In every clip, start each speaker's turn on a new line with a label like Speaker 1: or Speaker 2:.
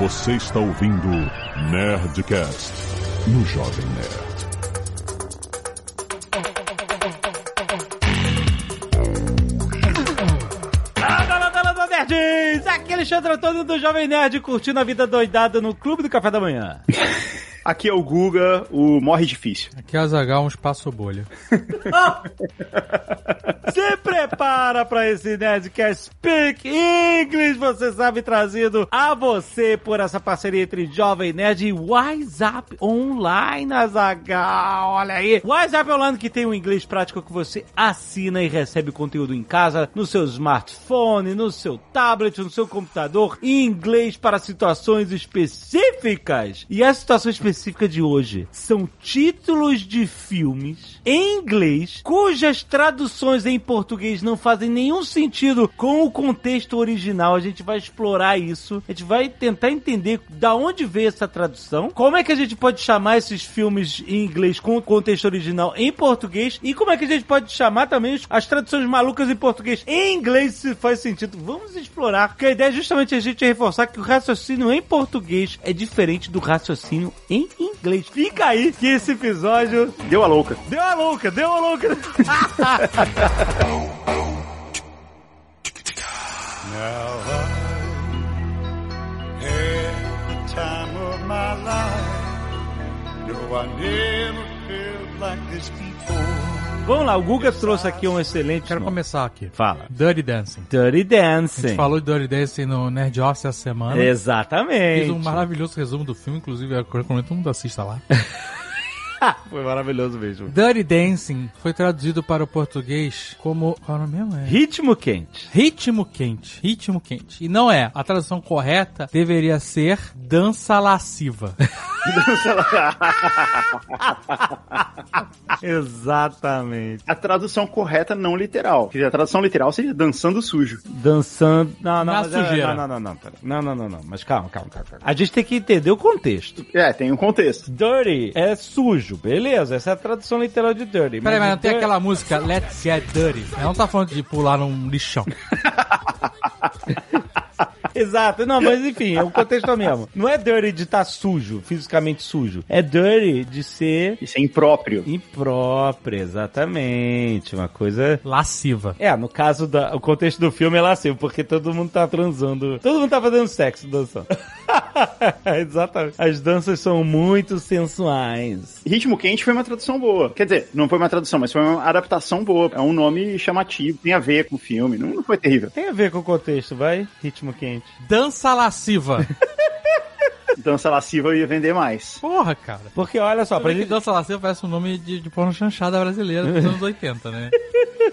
Speaker 1: Você está ouvindo Nerdcast no Jovem Nerd.
Speaker 2: Landa, landa, landa, nerds! Aqui é Alexandre Antônio do Jovem Nerd curtindo a vida doidada no Clube do Café da Manhã.
Speaker 3: Aqui é o Guga, o Morre Difícil.
Speaker 4: Aqui é a Zagal, um espaço bolha.
Speaker 2: Se prepara para esse Nerdcast Speak English, você sabe, trazido a você por essa parceria entre Jovem Nerd e WhatsApp Online, Azagal. Olha aí. WhatsApp Online que tem um inglês prático que você assina e recebe conteúdo em casa, no seu smartphone, no seu tablet, no seu computador, em inglês para situações específicas. E a situação específica específica de hoje são títulos de filmes em inglês cujas traduções em português não fazem nenhum sentido com o contexto original. A gente vai explorar isso, a gente vai tentar entender da onde veio essa tradução, como é que a gente pode chamar esses filmes em inglês com o contexto original em português e como é que a gente pode chamar também as traduções malucas em português em inglês se faz sentido. Vamos explorar, porque a ideia é justamente a gente reforçar que o raciocínio em português é diferente do raciocínio em em inglês. Fica aí que esse episódio
Speaker 3: deu a louca.
Speaker 2: Deu a louca, deu a louca. Vamos lá, o Guga trouxe aqui um excelente.
Speaker 4: Quero começar aqui.
Speaker 2: Fala.
Speaker 4: Dirty Dancing.
Speaker 2: Dirty Dancing.
Speaker 4: A gente falou de Dirty Dancing no Nerd Office essa semana.
Speaker 2: Exatamente.
Speaker 4: Fiz um maravilhoso resumo do filme, inclusive eu recomendo todo mundo assista lá.
Speaker 2: Foi maravilhoso mesmo.
Speaker 4: Dirty Dancing foi traduzido para o português como. Qual é o nome mesmo? É?
Speaker 2: Ritmo quente.
Speaker 4: Ritmo quente. Ritmo quente. E não é. A tradução correta deveria ser dança lasciva.
Speaker 2: Exatamente.
Speaker 3: A tradução correta não literal. Quer dizer, a tradução literal seria dançando sujo.
Speaker 2: Dançando. Não, não,
Speaker 4: Na
Speaker 2: mas- é-
Speaker 4: sujeira.
Speaker 2: Não, não, não, não, pera. não, não, não, não. Mas calma, calma, calma, calma. A gente tem que entender o contexto.
Speaker 3: É, tem um contexto.
Speaker 2: Dirty é sujo, beleza. Essa é a tradução literal de dirty.
Speaker 4: Peraí, mas é-
Speaker 2: o
Speaker 4: não tem
Speaker 2: dir-
Speaker 4: aquela música Let's Get Dirty? Ela não tá falando de pular num lixão.
Speaker 2: Exato, não, mas enfim, o contexto é o mesmo. Não é dirty de estar sujo, fisicamente sujo. É dirty de ser
Speaker 3: Isso é impróprio.
Speaker 2: impróprio, exatamente. Uma coisa.
Speaker 4: Lasciva.
Speaker 2: É, no caso da, o contexto do filme é lascivo, porque todo mundo tá transando, todo mundo tá fazendo sexo dançando. Exatamente. As danças são muito sensuais.
Speaker 3: Ritmo Quente foi uma tradução boa. Quer dizer, não foi uma tradução, mas foi uma adaptação boa. É um nome chamativo, tem a ver com o filme. Não, não foi terrível.
Speaker 2: Tem a ver com o contexto, vai? Ritmo quente.
Speaker 4: Dança lasciva.
Speaker 3: Dança lasciva eu ia vender mais.
Speaker 4: Porra, cara.
Speaker 2: Porque olha só, pra
Speaker 4: Pra que
Speaker 2: gente.
Speaker 4: Dança Lasciva parece um nome de, de porno chanchada brasileira dos anos 80, né?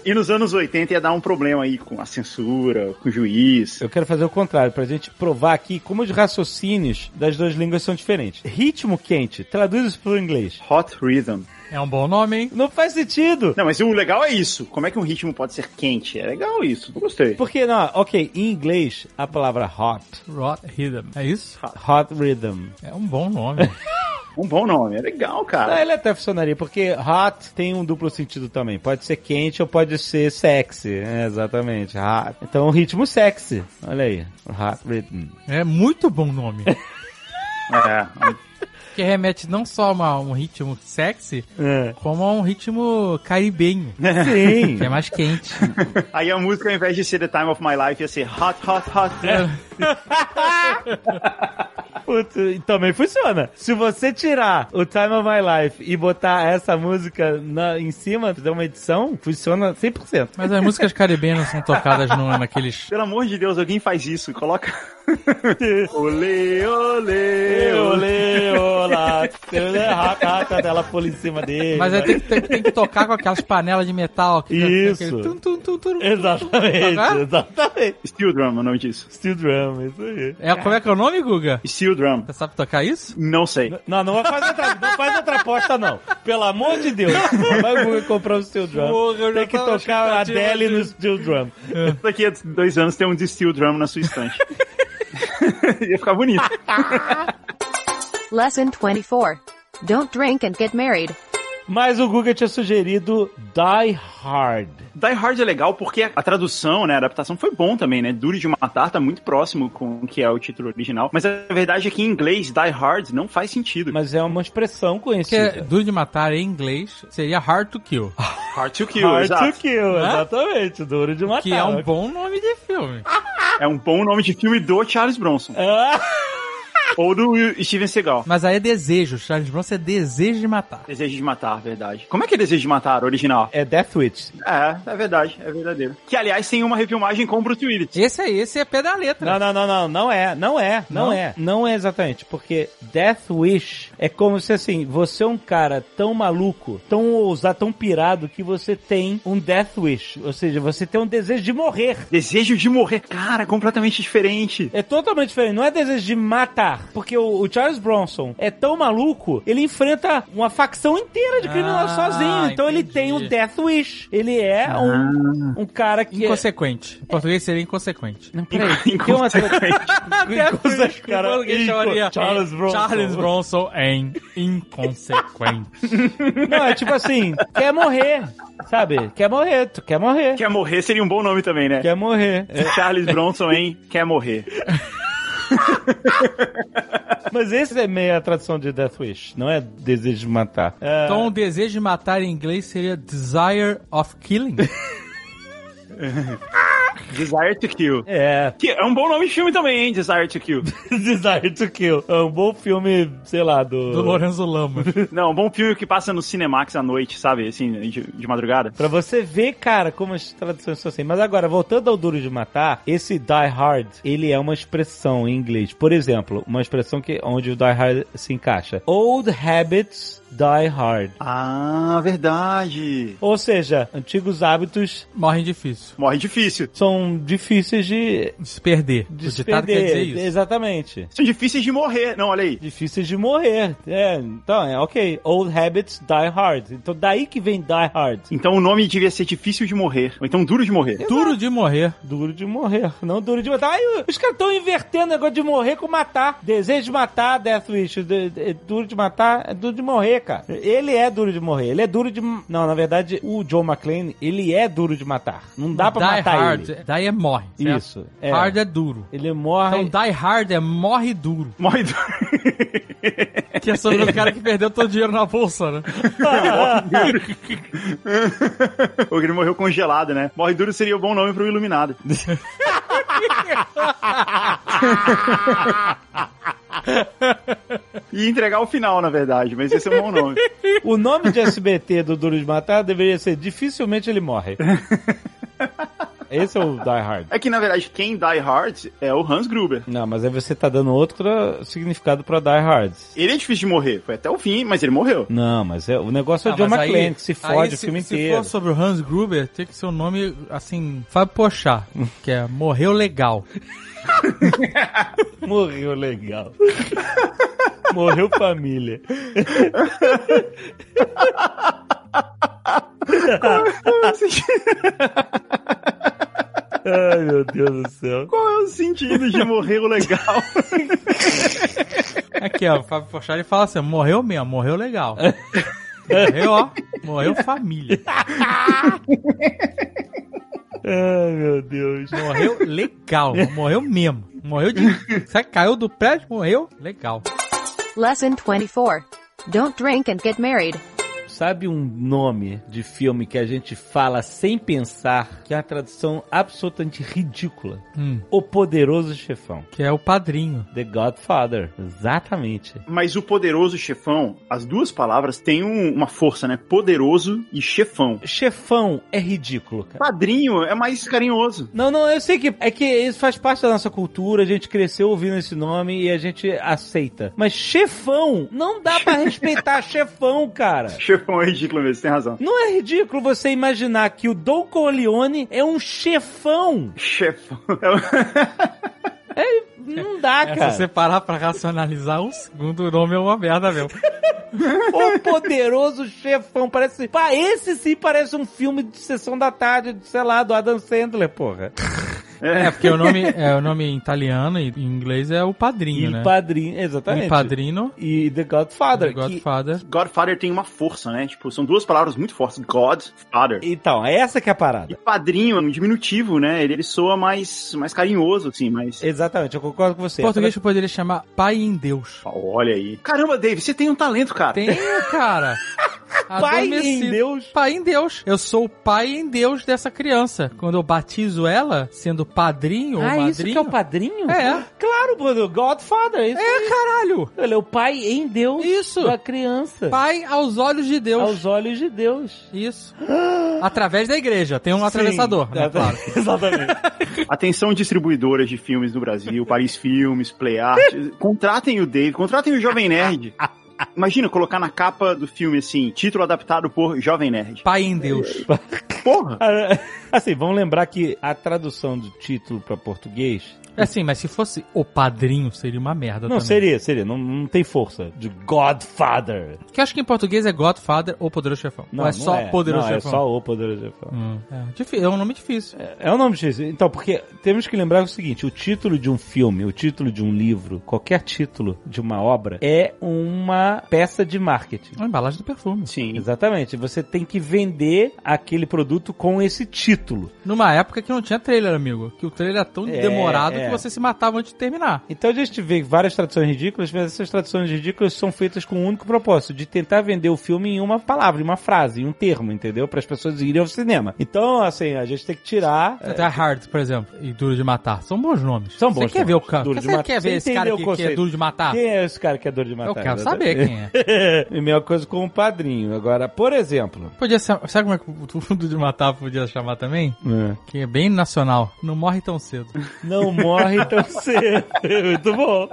Speaker 3: E nos anos 80 ia dar um problema aí com a censura, com o juiz.
Speaker 2: Eu quero fazer o contrário, pra gente provar aqui como os raciocínios das duas línguas são diferentes. Ritmo quente, traduz isso pro inglês.
Speaker 3: Hot Rhythm.
Speaker 4: É um bom nome, hein?
Speaker 2: Não faz sentido!
Speaker 3: Não, mas o legal é isso. Como é que um ritmo pode ser quente? É legal isso. Eu gostei.
Speaker 2: Porque, não, ok, em inglês, a palavra hot,
Speaker 4: Rod Rhythm. É isso?
Speaker 2: hot rhythm.
Speaker 4: É um bom nome.
Speaker 3: Um bom nome. É legal, cara.
Speaker 2: Ah, ele até funcionaria, porque hot tem um duplo sentido também. Pode ser quente ou pode ser sexy. É, exatamente, hot. Então, ritmo sexy. Olha aí, hot rhythm.
Speaker 4: É muito bom nome.
Speaker 3: É,
Speaker 4: Que remete não só a uma- um ritmo sexy,
Speaker 2: É.
Speaker 4: como a um ritmo caribenho.
Speaker 2: Sim!
Speaker 4: Que é mais quente.
Speaker 3: Aí a música, ao invés de ser The Time of My Life, ia ser Hot, Hot, Hot.
Speaker 2: Puta, e também funciona. Se você tirar o Time of My Life e botar essa música na- em cima, fizer uma edição, funciona 100%.
Speaker 4: Mas as músicas caribenhas não são tocadas no, naqueles.
Speaker 3: Pelo amor de Deus, alguém faz isso. Coloca. olê, olê, É, olê.
Speaker 2: olá, rata dela tá, pula em cima dele. né?
Speaker 4: Mas aí tem que, tem, tem que tocar com aquelas panelas de metal. Que
Speaker 2: Isso.
Speaker 4: Aquele tum, tum, tum, tum.
Speaker 2: Exatamente,
Speaker 4: Tá
Speaker 2: exatamente.
Speaker 3: Steel Drum é o nome disso.
Speaker 2: Steel Drum, isso aí.
Speaker 4: É, como é que é o nome, Guga?
Speaker 3: Steel Drum.
Speaker 4: Você sabe tocar isso?
Speaker 3: Não sei.
Speaker 2: Não, não vai fazer outra, não faz outra aposta, não. Pelo amor de Deus. Vai o Google comprar o Steel Drum.
Speaker 4: Porra, eu já
Speaker 2: Tem que
Speaker 4: tava tá
Speaker 2: tocar a
Speaker 4: expectativa
Speaker 2: Adele
Speaker 4: de-
Speaker 2: no Steel Drum.
Speaker 3: Daqui a dois anos tem um de Steel Drum na sua estante. ia ficar bonito.
Speaker 5: Lesson 24. Don't drink and get married.
Speaker 2: Mas o Google tinha sugerido Die Hard.
Speaker 3: Die Hard é legal porque a tradução, né, a adaptação foi bom também, né? Duro de Matar tá muito próximo com o que é o título original. Mas a verdade é que em inglês, Die Hard não faz sentido.
Speaker 2: Mas é uma expressão
Speaker 4: Que é
Speaker 2: conhecida.
Speaker 4: duro de matar em inglês seria Hard to Kill.
Speaker 3: Hard to Kill, é- exato.
Speaker 2: to Kill,
Speaker 4: Hã?
Speaker 2: exatamente. Duro de matar.
Speaker 4: Que é um bom nome de filme.
Speaker 3: É um bom nome de filme do Charles Bronson.
Speaker 2: Ah,
Speaker 3: Ou do Steven Seagal.
Speaker 4: Mas aí é desejo. Charles Bronson é desejo de matar.
Speaker 3: Desejo de Matar, verdade. Como é que é Desejo de Matar, original?
Speaker 2: é Death Witch.
Speaker 3: É, é verdade, é verdadeiro. Que, aliás, tem uma refilmagem com o Bruce Willis.
Speaker 4: Esse aí, esse é pé da letra.
Speaker 2: Não, não, não, não, não é, não é, não,
Speaker 4: Não?
Speaker 2: é. Não é exatamente, porque Death Wish é como se assim, você é um cara tão maluco, tão ousado, tão pirado, que você tem um Death Wish. Ou seja, você tem um desejo de morrer.
Speaker 3: Desejo de morrer, cara, completamente diferente.
Speaker 2: É totalmente diferente, não é desejo de matar. Porque o, o Charles Bronson é tão maluco, ele enfrenta uma facção inteira de criminosos
Speaker 4: Ah,
Speaker 2: sozinho. Então ele tem um
Speaker 4: entendi.
Speaker 2: Death Wish. Ele é um, um cara que.
Speaker 4: Inconsequente. Em português seria inconsequente.
Speaker 2: Não, peraí, tem uma-
Speaker 4: Inconsequente.
Speaker 2: cara,
Speaker 4: Em português chamaria
Speaker 2: Charles Bronson.
Speaker 4: Charles Bronson em inconsequente.
Speaker 2: Não, é tipo assim, quer morrer, sabe? Quer morrer, tu quer morrer.
Speaker 3: Quer morrer seria um bom nome também, né?
Speaker 2: Quer morrer. É.
Speaker 3: Charles Bronson, hein? Quer morrer.
Speaker 2: Mas esse é meio a tradução de Death Wish, não é desejo de matar. É,
Speaker 4: Então, o desejo de matar em inglês seria desire of killing.
Speaker 3: Desire to Kill.
Speaker 2: é
Speaker 3: Que é um bom nome de filme também, hein? Desire to Kill.
Speaker 2: Desire to Kill. É um bom filme, sei lá, do...
Speaker 4: Do Lorenzo Lama.
Speaker 3: Não, um bom filme que passa no Cinemax à noite, sabe? Assim, de, de madrugada.
Speaker 2: Pra você ver, cara, como as traduções são assim. Mas agora, voltando ao Duro de Matar, esse Die Hard, ele é uma expressão em inglês. Por exemplo, uma expressão que onde o Die Hard se encaixa. Old Habits Die Hard.
Speaker 3: Ah, verdade.
Speaker 2: Ou seja, antigos hábitos
Speaker 4: Morre difícil.
Speaker 3: Morre difícil.
Speaker 2: são difíceis de,
Speaker 4: Se perder.
Speaker 2: de
Speaker 4: o
Speaker 2: se
Speaker 4: ditado quer dizer
Speaker 2: perder.
Speaker 4: isso.
Speaker 2: Exatamente.
Speaker 3: São difíceis de morrer. Não, olha aí.
Speaker 2: Difíceis de morrer. É, então, é ok. Old habits die hard. Então, daí que vem die hard.
Speaker 3: Então o nome devia ser Difícil de Morrer. Ou então Duro de Morrer.
Speaker 4: Duro de morrer.
Speaker 2: Duro de morrer, não duro de matar. Aí os caras estão invertendo o negócio de morrer com matar. Desejo de matar, Death Wish. De- de- duro de matar é duro de morrer, cara. Ele é duro de morrer. Ele é duro de. Não, na verdade, o John McClane, ele é duro de matar. Não dá pra
Speaker 4: die
Speaker 2: matar
Speaker 4: hard.
Speaker 2: ele.
Speaker 4: Die é morre. certo?
Speaker 2: Isso. É.
Speaker 4: Hard é duro.
Speaker 2: Ele morre.
Speaker 4: Então, die hard é morre duro.
Speaker 3: Morre duro.
Speaker 4: Que é sobre o cara que perdeu todo o dinheiro na bolsa, né?
Speaker 3: Ou que ele morreu congelado, né? Morre duro seria o bom nome pro Iluminado. e entregar o final, na verdade, mas esse é um bom nome.
Speaker 2: O nome de SBT do Duro de Matar deveria ser Dificilmente Ele Morre. Esse é o Die Hard.
Speaker 3: É que, na verdade, quem die hard é o Hans Gruber.
Speaker 2: Não, mas aí você tá dando outro significado pra Die Hard.
Speaker 3: Ele é difícil de morrer, foi até o fim, mas ele morreu.
Speaker 2: Não, mas é, o negócio é o
Speaker 4: Ah,
Speaker 2: John
Speaker 4: mas aí-
Speaker 2: McClane, que se fode
Speaker 4: aí
Speaker 2: o filme
Speaker 4: se,
Speaker 2: inteiro.
Speaker 4: Se for sobre o Hans Gruber, tem que ser um nome, assim, Fábio Pochá, que é Morreu Legal.
Speaker 2: Morreu legal. Morreu família. Ai, meu Deus do céu.
Speaker 3: Qual é o sentido de morrer o legal?
Speaker 4: Aqui, ó, o Fábio Pochá, ele fala assim, morreu mesmo, morreu legal. Morreu, ó, morreu família.
Speaker 2: Ai, meu Deus.
Speaker 4: Morreu legal, morreu mesmo. Morreu de... Sabe, que caiu do prédio, morreu legal.
Speaker 5: Lesson 24. Don't drink and get married.
Speaker 2: Sabe um nome de filme que a gente fala sem pensar, que é uma tradução absolutamente ridícula?
Speaker 4: Hum,
Speaker 2: O Poderoso Chefão.
Speaker 4: que é o padrinho.
Speaker 2: The Godfather. Exatamente.
Speaker 3: mas o poderoso chefão, as duas palavras têm um- uma força, né? Poderoso e chefão.
Speaker 2: Chefão é ridículo, cara.
Speaker 3: Padrinho é mais carinhoso.
Speaker 2: Não, não, eu sei que é que isso faz parte da nossa cultura, a gente cresceu ouvindo esse nome e a gente aceita. Mas chefão, não dá pra respeitar chefão, cara.
Speaker 3: Chefão é ridículo mesmo, tem razão.
Speaker 2: Não é ridículo você imaginar que o Don Corleone é um chefão?
Speaker 3: Chefão. É o-
Speaker 2: Não dá,
Speaker 4: É,
Speaker 2: cara.
Speaker 4: se você parar pra racionalizar um segundo, o nome é uma merda mesmo.
Speaker 2: O poderoso chefão. Parece. Pá, esse sim parece um filme de sessão da tarde, sei lá, do Adam Sandler, porra.
Speaker 4: É, porque o nome, é, o nome em italiano e em inglês é o padrinho,
Speaker 2: Il
Speaker 4: né?
Speaker 2: Padrinho,
Speaker 4: Il
Speaker 2: exatamente.
Speaker 4: padrino,
Speaker 2: E The Godfather. que-
Speaker 4: Godfather.
Speaker 3: Godfather tem uma força, né? Tipo, são duas palavras muito fortes. Godfather.
Speaker 2: Então, essa que é a
Speaker 3: E
Speaker 2: parada.
Speaker 3: padrinho, é um diminutivo, né? Ele, ele soa mais, mais carinhoso, assim, mais...
Speaker 2: Exatamente, eu concordo com você.
Speaker 4: Em português eu poderia chamar Pai em Deus.
Speaker 3: Olha aí. Caramba, Dave, você tem um talento, cara.
Speaker 4: Tem, cara.
Speaker 2: Pai
Speaker 4: Adormecido.
Speaker 2: em Deus.
Speaker 4: Pai em Deus. Eu sou o pai em Deus dessa criança. Quando eu batizo ela, sendo padrinho ou
Speaker 6: Ah,
Speaker 4: madrinho.
Speaker 6: isso que é o padrinho?
Speaker 4: É.
Speaker 2: Claro, mano, Godfather, é isso.
Speaker 4: É, caralho.
Speaker 6: Ele é o pai em Deus
Speaker 4: Isso.
Speaker 6: da criança.
Speaker 4: Pai aos olhos de Deus.
Speaker 6: Aos olhos de Deus.
Speaker 4: Isso. Através da igreja. Tem um atravessador, né? Claro.
Speaker 2: Exatamente.
Speaker 3: Atenção distribuidoras de filmes no Brasil, Paris Filmes, Play Art, contratem o Dave, contratem o Jovem Nerd. Imagina colocar na capa do filme assim, título adaptado por Jovem Nerd.
Speaker 4: Pai em Deus.
Speaker 3: Porra!
Speaker 2: assim, vamos lembrar que a tradução do título pra português.
Speaker 4: É assim, mas se fosse o padrinho, seria uma merda
Speaker 2: não,
Speaker 4: também.
Speaker 2: seria, seria. Não, não tem força. De Godfather.
Speaker 4: Que eu acho que em português é Godfather ou Poderoso Chefão.
Speaker 2: Não,
Speaker 4: ou é
Speaker 2: não
Speaker 4: só Poderoso
Speaker 2: não,
Speaker 4: Chefão?
Speaker 2: É só o Poderoso Chefão.
Speaker 4: Hum, é. Difí- é um nome difícil.
Speaker 2: É o nome difícil. Então, porque temos que lembrar o seguinte: o título de um filme, o título de um livro, qualquer título de uma obra é uma peça de marketing.
Speaker 4: É uma embalagem do perfume.
Speaker 3: Sim.
Speaker 2: Exatamente. Você tem que vender aquele produto com esse título.
Speaker 4: Numa época que não tinha trailer, amigo. Que o trailer era tão
Speaker 2: É,
Speaker 4: demorado
Speaker 2: é.
Speaker 4: que você se matava antes de terminar.
Speaker 2: Então a gente vê várias traduções ridículas, mas essas traduções ridículas são feitas com um único propósito, de tentar vender o filme em uma palavra, em uma frase, em um termo, entendeu? Para as pessoas irem ao cinema. Então, assim, a gente tem que tirar.
Speaker 4: Até Hard, por exemplo, e Duro de Matar. São bons nomes.
Speaker 2: É. São bons
Speaker 4: Você quer ver o
Speaker 2: nomes.
Speaker 4: cara?
Speaker 2: Duro de
Speaker 4: Você
Speaker 2: Matar.
Speaker 4: quer
Speaker 2: Você
Speaker 4: ver esse cara
Speaker 2: entendeu o
Speaker 4: aqui que é
Speaker 2: conceito.
Speaker 4: Duro de Matar?
Speaker 2: Quem é esse cara que é dor de matar?
Speaker 4: Eu quero
Speaker 2: Exatamente.
Speaker 4: saber quem é.
Speaker 2: E mesma coisa com o padrinho. Agora, por exemplo.
Speaker 4: Podia ser, sabe como é que o Duro de Matar podia chamar também? Que é bem nacional. Não morre tão cedo.
Speaker 2: Não morre tão cedo. Muito bom.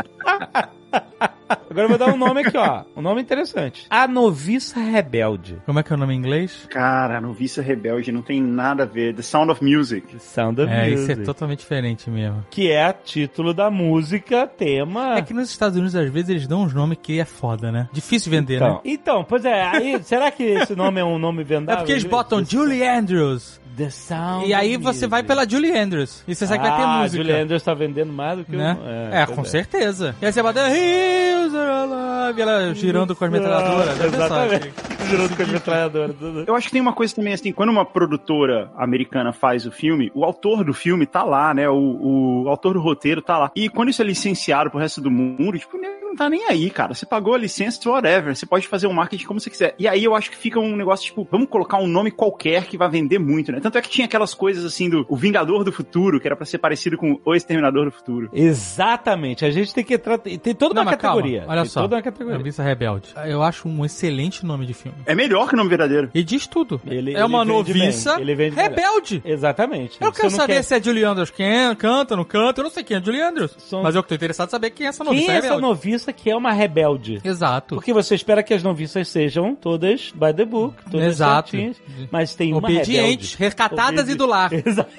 Speaker 2: Agora eu vou dar um nome aqui, ó. Um nome interessante. A Noviça Rebelde.
Speaker 4: Como é que é o nome em inglês?
Speaker 3: Cara, Noviça Rebelde não tem nada a ver. The Sound of Music.
Speaker 2: Sound of
Speaker 4: É, isso
Speaker 2: Music.
Speaker 4: é totalmente diferente mesmo.
Speaker 2: Que é título da música, tema.
Speaker 4: É que nos Estados Unidos, às vezes, eles dão uns nomes que é foda, né? Difícil vender,
Speaker 2: então.
Speaker 4: né?
Speaker 2: então, pois é. aí, será que esse nome é um nome
Speaker 4: É
Speaker 2: vendável?
Speaker 4: porque eles botam Julie Andrews.
Speaker 2: The Sound
Speaker 4: E aí
Speaker 2: of
Speaker 4: você
Speaker 2: Music.
Speaker 4: vai pela Julie Andrews. E você sabe que vai ter
Speaker 2: Ah,
Speaker 4: música.
Speaker 2: Julie Andrews tá vendendo mais do que
Speaker 4: né?
Speaker 2: o...
Speaker 4: É,
Speaker 2: pois
Speaker 4: com certeza. E aí você bate Hills Are Alive, e ela girando com as metralhadoras. Olha só,
Speaker 2: Ah, Exatamente.
Speaker 4: gente.
Speaker 2: Girando com a metralhadora. tudo.
Speaker 3: Eu acho que tem uma coisa também assim, quando uma produtora americana faz o filme, o autor do filme tá lá, né? O, o autor do roteiro tá lá. E quando isso é licenciado pro resto do mundo, tipo, né, não tá nem aí, cara. Você pagou a licença, whatever. Você pode fazer o marketing como você quiser. E aí eu acho que fica um negócio, tipo, vamos colocar um nome qualquer que vai vender muito, né? Tanto é que tinha aquelas coisas assim do O Vingador do Futuro, que era pra ser parecido com O Exterminador do Futuro.
Speaker 2: Exatamente. A gente tem que entrar. Tem toda
Speaker 4: Não,
Speaker 2: uma
Speaker 4: mas calma,
Speaker 2: categoria.
Speaker 4: olha
Speaker 2: Tem
Speaker 4: só. É um
Speaker 2: Toda uma categoria.
Speaker 4: Noviça Rebelde. Eu acho um excelente nome de filme.
Speaker 3: É melhor que o nome verdadeiro.
Speaker 4: E diz tudo.
Speaker 2: Ele-
Speaker 4: é uma
Speaker 2: ele vende
Speaker 4: noviça
Speaker 2: bem, ele vende bem.
Speaker 4: rebelde.
Speaker 2: Exatamente.
Speaker 4: Eu
Speaker 2: Você
Speaker 4: quero
Speaker 2: não
Speaker 4: saber
Speaker 2: quer-
Speaker 4: se é Julie Andrews quem canta, não canta, eu não sei quem é Julie Andrews.
Speaker 2: São-
Speaker 4: Mas eu que tô interessado em saber quem é essa noviça
Speaker 2: quem é essa
Speaker 4: rebelde.
Speaker 2: noviça que é uma rebelde.
Speaker 4: Exato.
Speaker 2: Porque você espera que as noviças sejam todas by the book, todas
Speaker 4: Exato.
Speaker 2: certinhas, mas tem uma
Speaker 4: Obedientes,
Speaker 2: rebelde.
Speaker 4: rescatadas e do lar.
Speaker 2: Exato.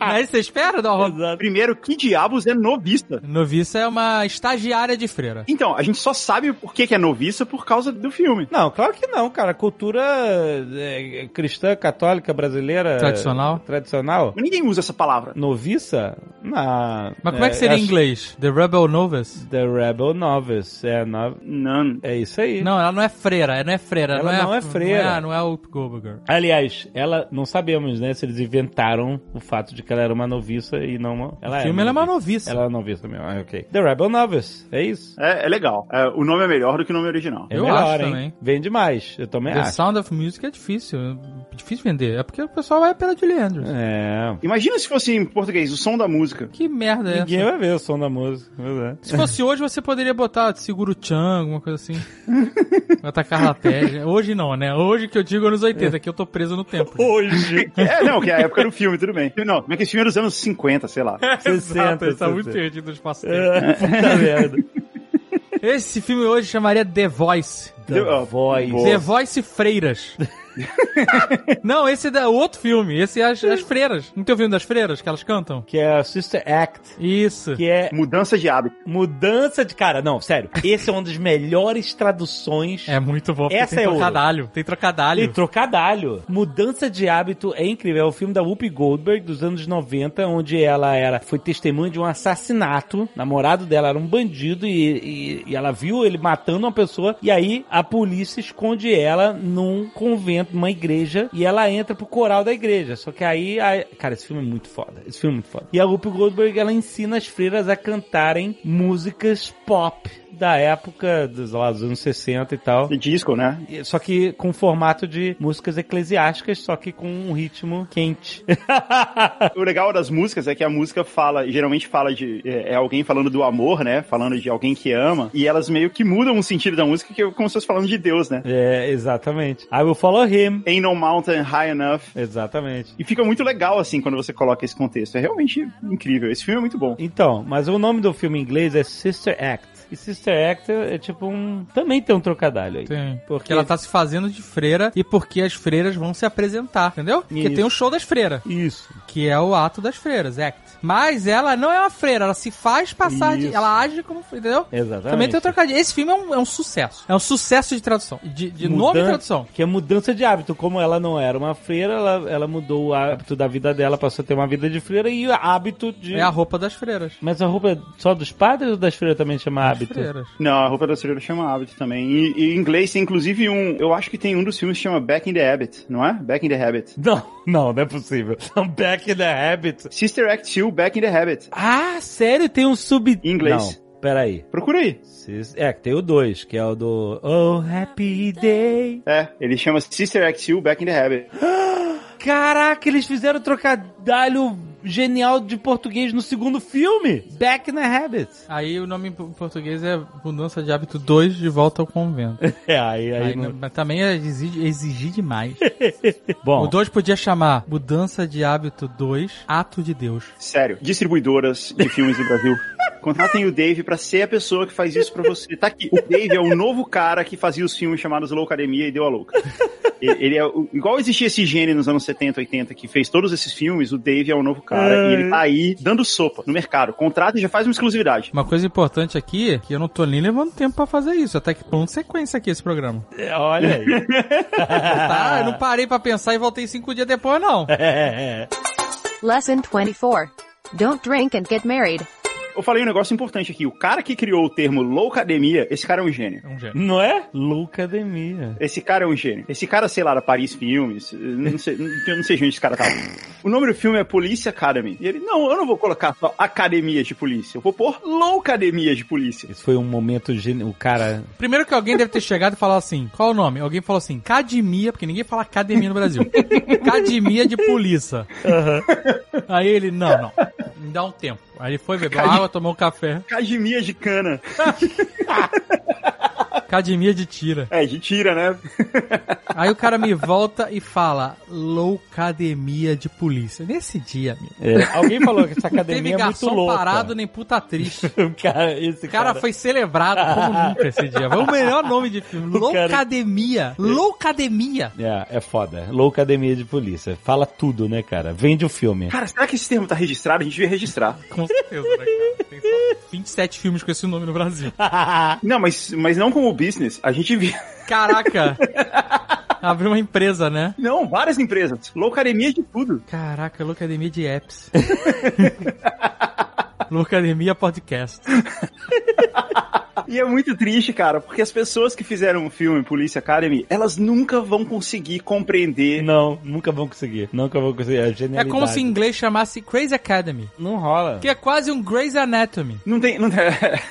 Speaker 4: Aí você espera, Dó?
Speaker 2: Exato.
Speaker 3: Primeiro, que diabos é novista?
Speaker 4: Noviça é uma estagiária de freira.
Speaker 3: Então, a gente só sabe por que que é novista por causa do filme.
Speaker 2: Não, claro que não, cara. Cultura é, cristã, católica, brasileira.
Speaker 4: Tradicional.
Speaker 2: Tradicional.
Speaker 3: Mas ninguém usa essa palavra.
Speaker 2: Noviça? Na.
Speaker 4: Mas como é que seria em
Speaker 2: acho-
Speaker 4: inglês? The Rebel Novice?
Speaker 2: The Rebel Novice. É, no-
Speaker 3: Não,
Speaker 2: é isso aí.
Speaker 4: Não, ela não é freira, ela não é freira.
Speaker 2: Ela não é freira.
Speaker 4: Não é, não é o Goldberg.
Speaker 2: Aliás, ela não sabemos, né, se eles inventaram o fato de que ela era uma noviça e não uma. Ela
Speaker 4: O filme ela é uma noviça.
Speaker 2: Ela é noviça mesmo, ah, ok. The Rebel Novice, é isso.
Speaker 3: É, é legal. É, o nome é melhor do que o nome original.
Speaker 2: É
Speaker 4: Eu
Speaker 2: melhor,
Speaker 4: acho
Speaker 2: hein?
Speaker 4: também.
Speaker 2: Vende mais, eu também
Speaker 4: The
Speaker 2: acho.
Speaker 4: Sound of Music é difícil. é Difícil vender. É porque o pessoal vai pela Julie Andrews.
Speaker 2: É.
Speaker 3: Imagina se fosse em português, o som da música.
Speaker 4: Que merda é
Speaker 2: Ninguém
Speaker 4: essa?
Speaker 2: vai ver o som da música, é. mas
Speaker 4: Se fosse hoje, você poderia botar Seguro Chan, alguma coisa assim. Vai atacar na pele. Hoje não, né? Hoje que eu digo anos 80, que eu tô preso no tempo.
Speaker 2: é. Hoje.
Speaker 3: É, não, que é a época do filme, tudo bem. Não, como é que esse filme é dos anos 50, sei lá.
Speaker 4: Exato,
Speaker 2: 60,
Speaker 4: ele tá
Speaker 2: 60.
Speaker 4: muito perdido no espaço
Speaker 2: É, puta merda.
Speaker 4: Esse filme hoje chamaria The Voice.
Speaker 2: The
Speaker 3: Deu- ó,
Speaker 2: Voice.
Speaker 3: boa.
Speaker 4: The Voice Freiras. não, esse é da- outro filme. Esse é as, as freiras. Não tem o filme das freiras que elas cantam?
Speaker 2: Que é a Sister Act.
Speaker 4: Isso.
Speaker 2: Que é
Speaker 3: Mudança de hábito.
Speaker 2: mudança de cara. Não, sério. Esse é uma das melhores traduções.
Speaker 4: É muito bom. porque
Speaker 2: Essa
Speaker 4: tem
Speaker 2: é ouro.
Speaker 4: trocadalho. Tem trocadalho.
Speaker 2: E trocadalho. Mudança de hábito é incrível. É o filme da Whoopi Goldberg dos anos 90, onde ela era foi testemunha de um assassinato. O namorado dela era um bandido e, e- e ela viu ele matando uma pessoa. E aí a polícia esconde ela num convento, numa igreja, e ela entra pro coral da igreja. Só que aí. a- Cara, esse filme é muito foda. Esse filme é muito foda. E a Whoopi Goldberg ela ensina as freiras a cantarem músicas pop da época dos, lá, dos anos 60 e tal.
Speaker 3: De disco, né?
Speaker 2: E- Só que com formato de músicas eclesiásticas, só que com um ritmo quente.
Speaker 3: O legal das músicas é que a música fala, geralmente fala de. É, é alguém falando do amor, né? Falando de alguém que ama. E elas meio que mudam o sentido da música, que é como se fosse falando de Deus, né?
Speaker 2: é, exatamente. I will follow him.
Speaker 3: Ain't no mountain high enough.
Speaker 2: Exatamente.
Speaker 3: E fica muito legal, assim, quando você coloca esse contexto. É realmente incrível. Esse filme é muito bom.
Speaker 2: Então, mas o nome do filme em inglês é Sister Act. E Sister Act é, é tipo um. Também tem um trocadalho aí.
Speaker 4: Tem.
Speaker 2: Porque
Speaker 4: Porque ela tá se fazendo de freira e porque as freiras vão se apresentar, entendeu? Porque
Speaker 2: Isso.
Speaker 4: tem o show das freiras,
Speaker 2: Isso.
Speaker 4: que é o ato das freiras, act. Mas ela não é uma freira, ela se faz passar de.
Speaker 2: Isso.
Speaker 4: Ela age como freira, entendeu?
Speaker 2: Exatamente.
Speaker 4: Também tem o trocadilho. Esse filme é um, é um sucesso. É um sucesso de tradução. De, de nome e
Speaker 2: Mudan-
Speaker 4: tradução.
Speaker 2: Que é mudança de hábito. Como ela não era uma freira, ela, ela mudou o hábito da vida dela, passou a ter uma vida de freira e o hábito de.
Speaker 4: É a roupa das freiras.
Speaker 2: Mas a roupa é só dos padres ou das freiras também chama
Speaker 4: Das
Speaker 2: hábito?
Speaker 4: freiras.
Speaker 3: Não, a roupa da Cereira chama Habit também. E, e em inglês tem inclusive um. Eu acho que tem um dos filmes que chama Back in the Habit, não é? Back in the Habit.
Speaker 2: Não, não, não é possível. I'm back in the habit.
Speaker 3: Sister Act 2, Back in the Habit.
Speaker 2: Ah, sério? Tem um sub...
Speaker 3: Em inglês.
Speaker 2: Não, peraí.
Speaker 3: Procura aí.
Speaker 2: Sis- É, que tem o 2, que é o do... Oh, happy day.
Speaker 3: É, ele chama Sister Act 2, Back in the Habit.
Speaker 2: Caraca, eles fizeram trocadilho genial de português no segundo filme. Back in the habit.
Speaker 4: Aí o nome em po- em português é Mudança de Hábito 2 de Volta ao Convento.
Speaker 2: É, aí, aí...
Speaker 4: Aí,
Speaker 2: não-
Speaker 4: não- mas também é exigir, exigir demais. O
Speaker 2: Bom,
Speaker 4: 2 podia chamar Mudança de Hábito 2, Ato de Deus.
Speaker 3: Sério, distribuidoras de filmes do Brasil. Contratem o Dave pra ser a pessoa que faz isso pra você. Tá aqui. O Dave é o novo cara que fazia os filmes chamados Loucademia e deu a louca. E- Ele é o- igual existia esse gênio nos anos 70, 80 que fez todos esses filmes, o Dave é o novo cara e ele tá aí dando sopa no mercado. Contrata e já faz uma exclusividade.
Speaker 4: Uma coisa importante aqui é que eu não tô nem levando tempo pra fazer isso, até que plano sequência aqui esse programa.
Speaker 2: é, olha aí.
Speaker 4: Tá, eu não parei pra pensar e voltei cinco dias depois, não.
Speaker 2: É.
Speaker 5: Lesson 24. Don't drink and get married.
Speaker 3: Eu falei um negócio importante aqui. O cara que criou o termo loucademia, esse cara é um gênio.
Speaker 4: É um gênio.
Speaker 2: não é? Loucademia.
Speaker 3: Esse cara é um gênio. Esse cara, sei lá, da Paris Filmes, não sei, eu não sei de onde esse cara tá. O nome do filme é Police Academy. E ele, não, eu não vou colocar só academia de polícia, eu vou pôr loucademia de polícia.
Speaker 2: Esse foi um momento genial. O cara...
Speaker 4: Primeiro que alguém deve ter chegado e falado assim, qual o nome? Alguém falou assim, academia, porque ninguém fala academia no Brasil. Academia de polícia. Aí ele, não, não, me dá um tempo. Aí ele foi beber água, tomou um café.
Speaker 3: Academia de cana.
Speaker 4: Academia de tira.
Speaker 3: É, de tira, né?
Speaker 4: Aí o cara me volta e fala, loucademia de polícia. Nesse dia, amigo,
Speaker 2: É, alguém falou que essa
Speaker 4: teve
Speaker 2: academia é muito
Speaker 4: garçom
Speaker 2: louca.
Speaker 4: parado nem puta triste.
Speaker 2: O cara, esse
Speaker 4: O cara foi celebrado como nunca esse dia. Foi o melhor nome de filme.
Speaker 2: O cara-
Speaker 4: Loucademia. Loucademia.
Speaker 2: É, é foda. Loucademia de polícia. Fala tudo, né, cara? Vende o filme.
Speaker 3: Cara, será que esse termo tá registrado? A gente devia registrar.
Speaker 4: Com certeza, né, cara? Tem só 27 filmes com esse nome no Brasil.
Speaker 3: Não, mas, mas não como business. A gente via.
Speaker 4: Caraca. Abriu uma empresa, né?
Speaker 3: Não, várias empresas. Loucademia de tudo.
Speaker 4: Caraca, Loucademia de apps. Loucademia podcast.
Speaker 3: E é muito triste, cara, porque as pessoas que fizeram o filme Police Academy, elas nunca vão conseguir compreender
Speaker 2: Não, nunca vão conseguir. Nunca vão conseguir. É
Speaker 4: É
Speaker 2: genialidade.
Speaker 4: como se em inglês chamasse Crazy Academy.
Speaker 2: Não rola.
Speaker 4: Que é quase um Grey's Anatomy.
Speaker 3: Não tem, não, tem,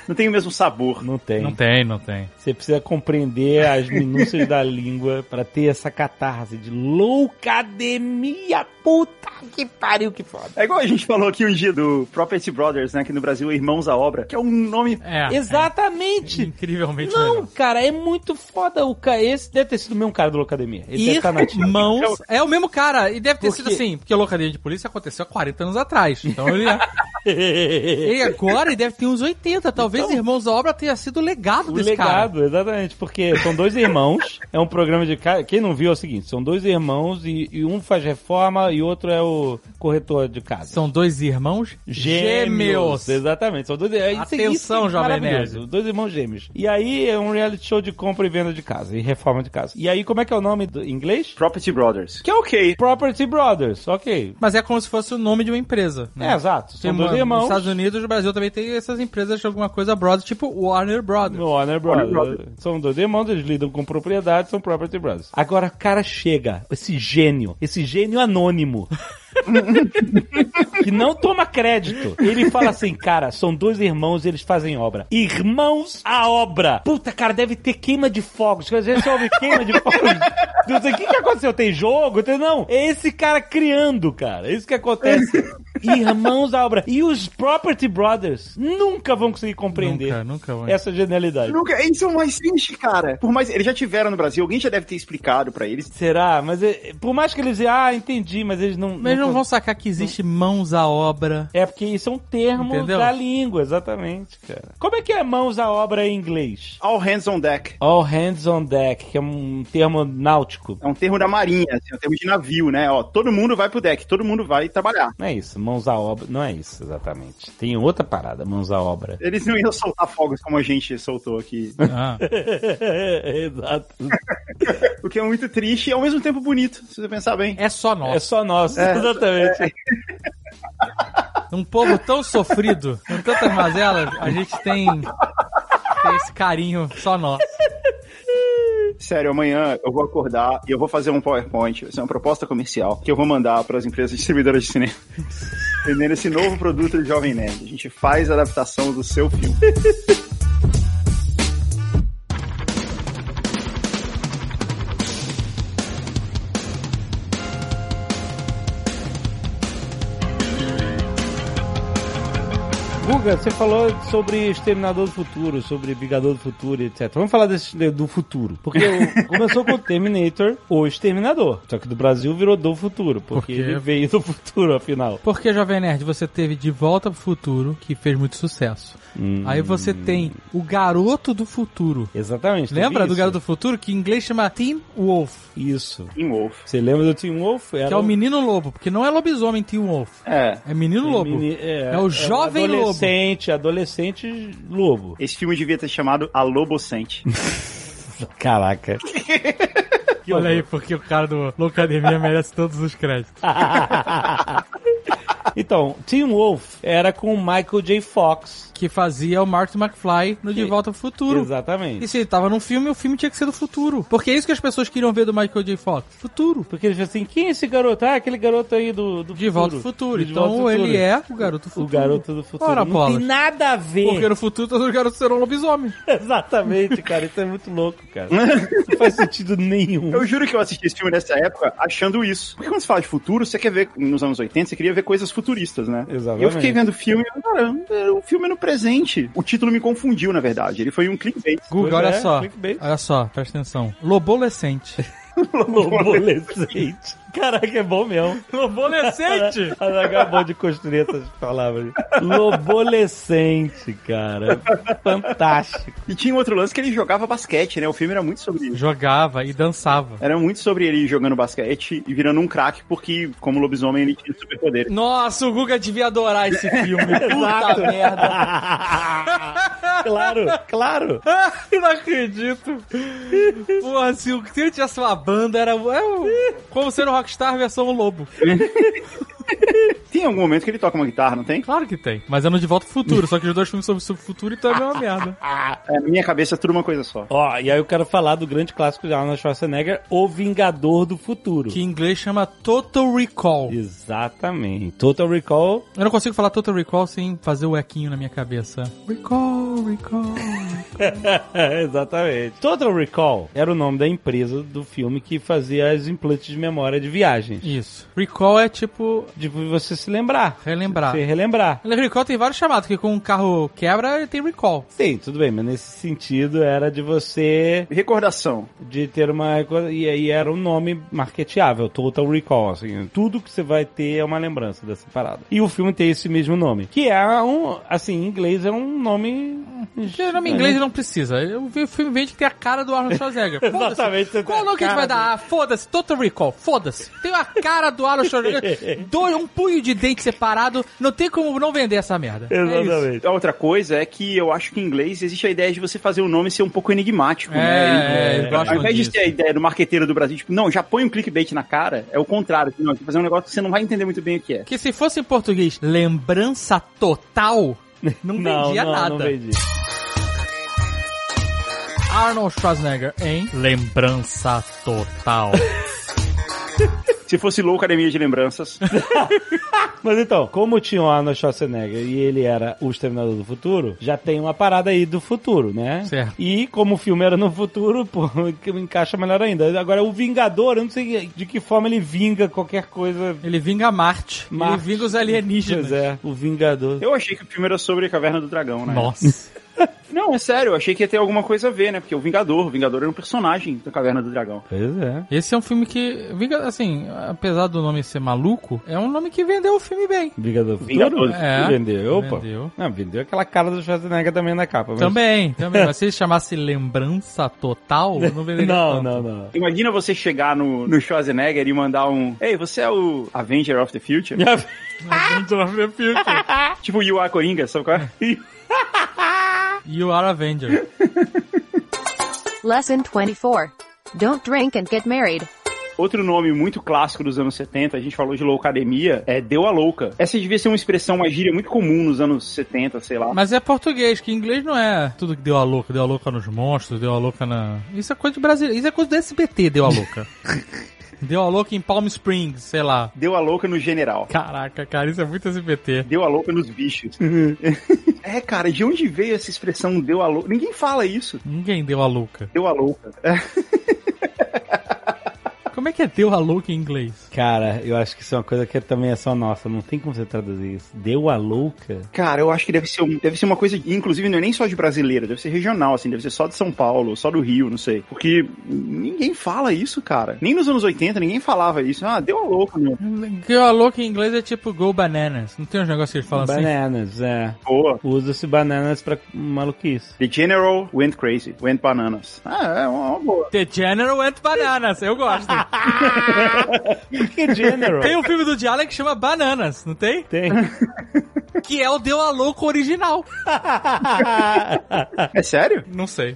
Speaker 3: não tem o mesmo sabor.
Speaker 2: Não tem.
Speaker 4: tem, não tem.
Speaker 2: Você precisa compreender as minúcias da língua pra ter essa catarse de loucademia. Puta que pariu, que foda.
Speaker 3: É igual a gente falou aqui um dia do Property Brothers, né? Que no Brasil é Irmãos à Obra, que é um nome.
Speaker 4: É. é
Speaker 2: Exatamente.
Speaker 4: Incrivelmente
Speaker 2: Não,
Speaker 4: legal.
Speaker 2: cara, é muito foda o cara. Esse deve ter sido o mesmo cara do Loucademia. Ele deve estar na ativa.
Speaker 4: Irmãos. É o mesmo cara. E deve ter
Speaker 2: Porque-
Speaker 4: sido assim, porque a locademia de polícia aconteceu há 40 anos atrás. Então ele é, Ele agora ele deve ter uns 80. Talvez Irmãos da Obra tenha sido o legado
Speaker 2: Então, O
Speaker 4: desse cara.
Speaker 2: legado, exatamente, porque são dois irmãos, é um programa de ca- Quem não viu é o seguinte, são dois irmãos e, e um faz reforma e outro é o corretor de casa.
Speaker 4: São dois irmãos
Speaker 2: Exatamente, são dois é isso-
Speaker 4: Atenção,
Speaker 2: isso é
Speaker 4: Jovem
Speaker 2: maravilhoso, Dois irmãos gêmeos. E aí é um reality show de compra e venda de casa, e reforma de casa. E aí, como é que é o nome do- em inglês?
Speaker 3: Property Brothers. Que é ok.
Speaker 2: Property Brothers, ok.
Speaker 4: Mas é como se fosse o nome de uma empresa. né?
Speaker 2: É, exato. São dois irmãos.
Speaker 4: Nos Estados Unidos e no Brasil também tem essas empresas de alguma coisa brothers, tipo Warner Brothers.
Speaker 2: No Warner Brothers.
Speaker 3: Warner Brothers.
Speaker 2: São dois irmãos, eles lidam com propriedade, são property brothers. Agora, o cara chega, esse gênio, esse gênio anônimo. que não toma crédito. Ele fala assim, cara, são dois irmãos e eles fazem obra. Irmãos à obra. Puta, cara, deve ter queima de fogos. Às vezes você ouve queima de fogos. Não sei o que, que aconteceu. Tem jogo? Tem... Não, é esse cara criando, cara. É isso que acontece. Irmãos à obra. E os Property Brothers nunca vão conseguir compreender É
Speaker 4: Nunca, nunca vão.
Speaker 2: essa genialidade.
Speaker 3: Nunca, eles são mais tristes, cara. Por mais. Eles já tiveram no Brasil, alguém já deve ter explicado pra eles.
Speaker 2: Será? Mas é- por mais que eles digam, ah, entendi, mas eles não.
Speaker 4: Mas eles não
Speaker 2: cons-
Speaker 4: vão sacar que existe mãos à obra.
Speaker 2: É porque isso é um termo
Speaker 4: Entendeu?
Speaker 2: da língua, exatamente, cara. Como é que é mãos à obra em inglês?
Speaker 3: All hands on deck.
Speaker 2: All hands on deck, que é um termo náutico.
Speaker 3: É um termo da marinha, assim, é um termo de navio, né? Ó, todo mundo vai pro deck, todo mundo vai trabalhar.
Speaker 2: Não é isso, mãos à obra. Não é isso, exatamente. Tem outra parada, mãos à obra.
Speaker 3: Eles não iam soltar fogos como a gente soltou aqui.
Speaker 4: Ah.
Speaker 2: Exato.
Speaker 3: o que é muito triste e ao mesmo tempo bonito, se você pensar bem.
Speaker 4: É só
Speaker 2: É
Speaker 4: nós.
Speaker 2: só nosso,
Speaker 3: É.
Speaker 2: exatamente.
Speaker 4: Um povo tão sofrido, com tantas mazelas, a gente tem, tem esse carinho só nosso.
Speaker 3: Sério, amanhã eu vou acordar e eu vou fazer um PowerPoint, vai ser uma proposta comercial que eu vou mandar para as empresas distribuidoras de cinema. Vendendo esse novo produto de Jovem Nerd. A gente faz a adaptação do seu filme.
Speaker 2: Guga, você falou sobre Exterminador do Futuro, sobre Vingador do Futuro, etc. Vamos falar desse, do futuro. Porque o- começou com o Terminator, o Exterminador. Só que do Brasil virou do futuro, porque
Speaker 4: Porque-
Speaker 2: ele veio do futuro, afinal.
Speaker 4: Porque, Jovem Nerd, você teve De Volta pro Futuro, que fez muito sucesso.
Speaker 2: Hum.
Speaker 4: Aí você tem O Garoto do Futuro.
Speaker 2: Exatamente. teve
Speaker 4: Lembra do
Speaker 2: isso.
Speaker 4: Garoto do Futuro? Que em inglês chama Teen Wolf,
Speaker 2: Isso.
Speaker 3: Em Wolf.
Speaker 2: Você lembra do Team Wolf? Era um
Speaker 4: que é o menino lobo, porque não é lobisomem Teen Wolf.
Speaker 3: É.
Speaker 4: É menino lobo.
Speaker 2: meni- É,
Speaker 4: É o jovem lobo.
Speaker 2: adolescente, Adolescente, lobo.
Speaker 3: Esse filme devia ter chamado A Lobocente.
Speaker 2: Caraca.
Speaker 4: Olha aí, porque o cara do Loucademia merece todos os créditos.
Speaker 2: Então, Team Wolf era com o Michael J. Fox.
Speaker 4: Que fazia o Martin McFly no De Volta pro Futuro.
Speaker 2: Exatamente.
Speaker 4: E se ele tava num filme, o filme tinha que ser do futuro. Porque é isso que as pessoas queriam ver do Michael J. Fox. Futuro.
Speaker 2: Porque eles falam assim, quem é esse garoto? Ah, aquele garoto aí do, do
Speaker 4: De volta ao futuro. então ele é o garoto futuro.
Speaker 2: o garoto do futuro.
Speaker 4: Ora,
Speaker 2: Não
Speaker 4: bolas.
Speaker 2: tem nada a ver.
Speaker 4: Porque no futuro todos os garotos serão lobisomens.
Speaker 2: Exatamente, cara. Isso é muito louco, cara. Não faz sentido nenhum.
Speaker 3: Eu juro que eu assisti esse filme nessa época achando isso. Porque quando você fala de futuro, você quer ver, nos anos 80, você queria ver coisas futuristas, né?
Speaker 2: Exatamente.
Speaker 3: E eu fiquei vendo o filme, e eu, cara, o filme é no presente. O título me confundiu, na verdade. Ele foi um clickbait.
Speaker 4: Guga,
Speaker 2: Pois
Speaker 4: olha
Speaker 2: é,
Speaker 4: só.
Speaker 2: clickbait.
Speaker 4: Olha só, presta atenção. Lobolescente.
Speaker 2: Lobolescente. Um Caraca, é bom mesmo.
Speaker 4: Um Lobolescente?
Speaker 2: Acabou de construir essas palavras. Lobolescente, cara. Fantástico.
Speaker 3: E tinha um outro lance que ele jogava basquete, né? O filme era muito sobre isso.
Speaker 4: Jogava e dançava.
Speaker 3: Era muito sobre ele jogando basquete e virando um craque, porque, como lobisomem, ele tinha superpoderes.
Speaker 4: Nossa, o Guga devia adorar esse filme. Puta merda.
Speaker 2: Claro, claro.
Speaker 4: Eu não acredito. Porra, se o se ele tivesse uma banda, era, era o- como ser um rockstar versão lobo.
Speaker 3: Tem algum momento que ele toca uma guitarra, não tem?
Speaker 4: Claro que tem. Mas é no De Volta ao Futuro, só que os dois filmes sobre o futuro, então é a mesma merda.
Speaker 3: É, na minha cabeça é tudo uma coisa só.
Speaker 2: Ó, e aí eu quero falar do grande clássico de Arnold Schwarzenegger, O Vingador do Futuro.
Speaker 4: Que em inglês chama Total Recall.
Speaker 2: Exatamente. Total Recall.
Speaker 4: Eu não consigo falar Total Recall sem fazer o equinho na minha cabeça. Recall, recall.
Speaker 2: Exatamente. Total Recall era o nome da empresa do filme que fazia as implantes de memória de viagens.
Speaker 4: Isso. Recall é tipo.
Speaker 2: Tipo, você se lembrar.
Speaker 4: Relembrar.
Speaker 2: Você relembrar.
Speaker 4: Ele recall tem vários chamados, que com um carro quebra, ele tem recall.
Speaker 2: Sim, tudo bem, mas nesse sentido era de você
Speaker 3: Recordação.
Speaker 2: de ter uma coisa- e aí era um nome marketeável, Total Recall, assim, tudo que você vai ter é uma lembrança dessa parada. E o filme tem esse mesmo nome, que é um, assim, em inglês é um nome
Speaker 4: O
Speaker 2: É.
Speaker 4: nome em inglês ele não precisa. O filme vende que tem a cara do Arnold Schwarzenegger.
Speaker 2: Exatamente,
Speaker 4: Foda-se.
Speaker 2: você
Speaker 4: Qual
Speaker 2: tem
Speaker 4: o nome
Speaker 2: a
Speaker 4: que a gente vai
Speaker 2: cara
Speaker 4: dar? Ah, foda-se. Total Recall. Foda-se. Tem a cara do Arnold Schwarzenegger. Dois, um punho de dente separado. Não tem como não vender essa merda. É isso.
Speaker 3: A outra coisa é que eu acho que em inglês existe a ideia de você fazer o nome ser um pouco enigmático, né?
Speaker 4: É,
Speaker 3: E-
Speaker 4: é, eu gosto
Speaker 3: Ao invés
Speaker 4: disso.
Speaker 3: de ter a ideia do marqueteiro do Brasil, tipo, não, já põe um clickbait na cara, é o contrário. Não, tem que fazer um negócio que você não vai entender muito bem o que é.
Speaker 4: Que se fosse em português, lembrança total, não vendia nada.
Speaker 2: Não vendia.
Speaker 4: Arnold Schwarzenegger em lembrança total.
Speaker 3: Se fosse louco, academia de lembranças.
Speaker 2: Mas então, como tinha o Arnold Schwarzenegger e ele era o Exterminador do Futuro, já tem uma parada aí do futuro, né?
Speaker 4: Certo.
Speaker 2: E como o filme era no futuro, pô, que encaixa melhor ainda. Agora, o Vingador, eu não sei de que forma ele vinga qualquer coisa.
Speaker 4: Ele vinga Marte,
Speaker 2: Marte.
Speaker 4: ele vinga os alienígenas.
Speaker 2: Pois é, o Vingador.
Speaker 3: eu achei que o filme era sobre a Caverna do Dragão, né?
Speaker 4: Nossa.
Speaker 3: Não, é sério, eu achei que ia ter alguma coisa a ver, né? Porque o Vingador, o Vingador era um personagem da Caverna do Dragão.
Speaker 2: Pois é.
Speaker 4: Esse é um filme que, vinga- assim, apesar do nome ser maluco, é um nome que vendeu o filme bem.
Speaker 2: Vingador do
Speaker 3: Vingador.
Speaker 2: Futuro?
Speaker 4: É.
Speaker 2: Vendeu, pô.
Speaker 4: Vendeu.
Speaker 2: Não, vendeu aquela cara do Schwarzenegger também na capa. mas-
Speaker 4: Também, também. Mas se ele chamasse Lembrança Total, não venderia
Speaker 2: Não,
Speaker 4: tanto.
Speaker 2: não, não.
Speaker 3: Imagina você chegar no, no Schwarzenegger e mandar um Ei, você é o Avenger of the Future?
Speaker 4: Avenger of the Future.
Speaker 3: tipo You Are Coringa, sabe qual é?
Speaker 4: You are Avenger.
Speaker 5: Lesson 24. Don't drink and get married.
Speaker 3: Outro nome muito clássico dos anos 70, a gente falou de loucademia, é Deu a Louca. Essa devia ser uma expressão, uma gíria muito comum nos anos 70, sei lá.
Speaker 4: Mas é português, que em inglês não é tudo que deu a louca. Deu a louca nos monstros, deu a louca na... Isso é coisa de brasileiro. Isso é coisa do SBT, deu a louca. deu a louca em Palm Springs, sei lá.
Speaker 3: Deu a Louca no general.
Speaker 4: Caraca, cara, isso é muito SBT.
Speaker 3: Deu a louca nos bichos. é, cara, de onde veio essa expressão deu a louca? Ninguém fala isso.
Speaker 4: Ninguém deu a louca.
Speaker 3: Deu a louca.
Speaker 4: Como é que é deu a louca em inglês?
Speaker 2: Cara, eu acho que isso é uma coisa que também é só nossa. Não tem como você traduzir isso. Deu a louca?
Speaker 3: Cara, eu acho que deve ser, um- deve ser uma coisa, que, inclusive, não é nem só de brasileiro, deve ser regional, assim, deve ser só de São Paulo, só do Rio, não sei. Porque ninguém fala isso, cara. Nem nos anos 80 ninguém falava isso. Ah, deu a louca, meu.
Speaker 4: Deu a louca em inglês é tipo go bananas. Não tem uns negócios que eles falam assim?
Speaker 2: Bananas, é.
Speaker 3: Boa.
Speaker 2: Usa-se bananas pra maluquice.
Speaker 3: The General went crazy, went bananas. Ah, é uma, uma boa.
Speaker 4: The General went bananas. Eu gosto.
Speaker 2: Que general?
Speaker 4: Tem um filme do Diallo que chama Bananas, não tem? um
Speaker 2: Tem.
Speaker 4: Que é o Deu a Louco original.
Speaker 3: É sério?
Speaker 4: Não sei.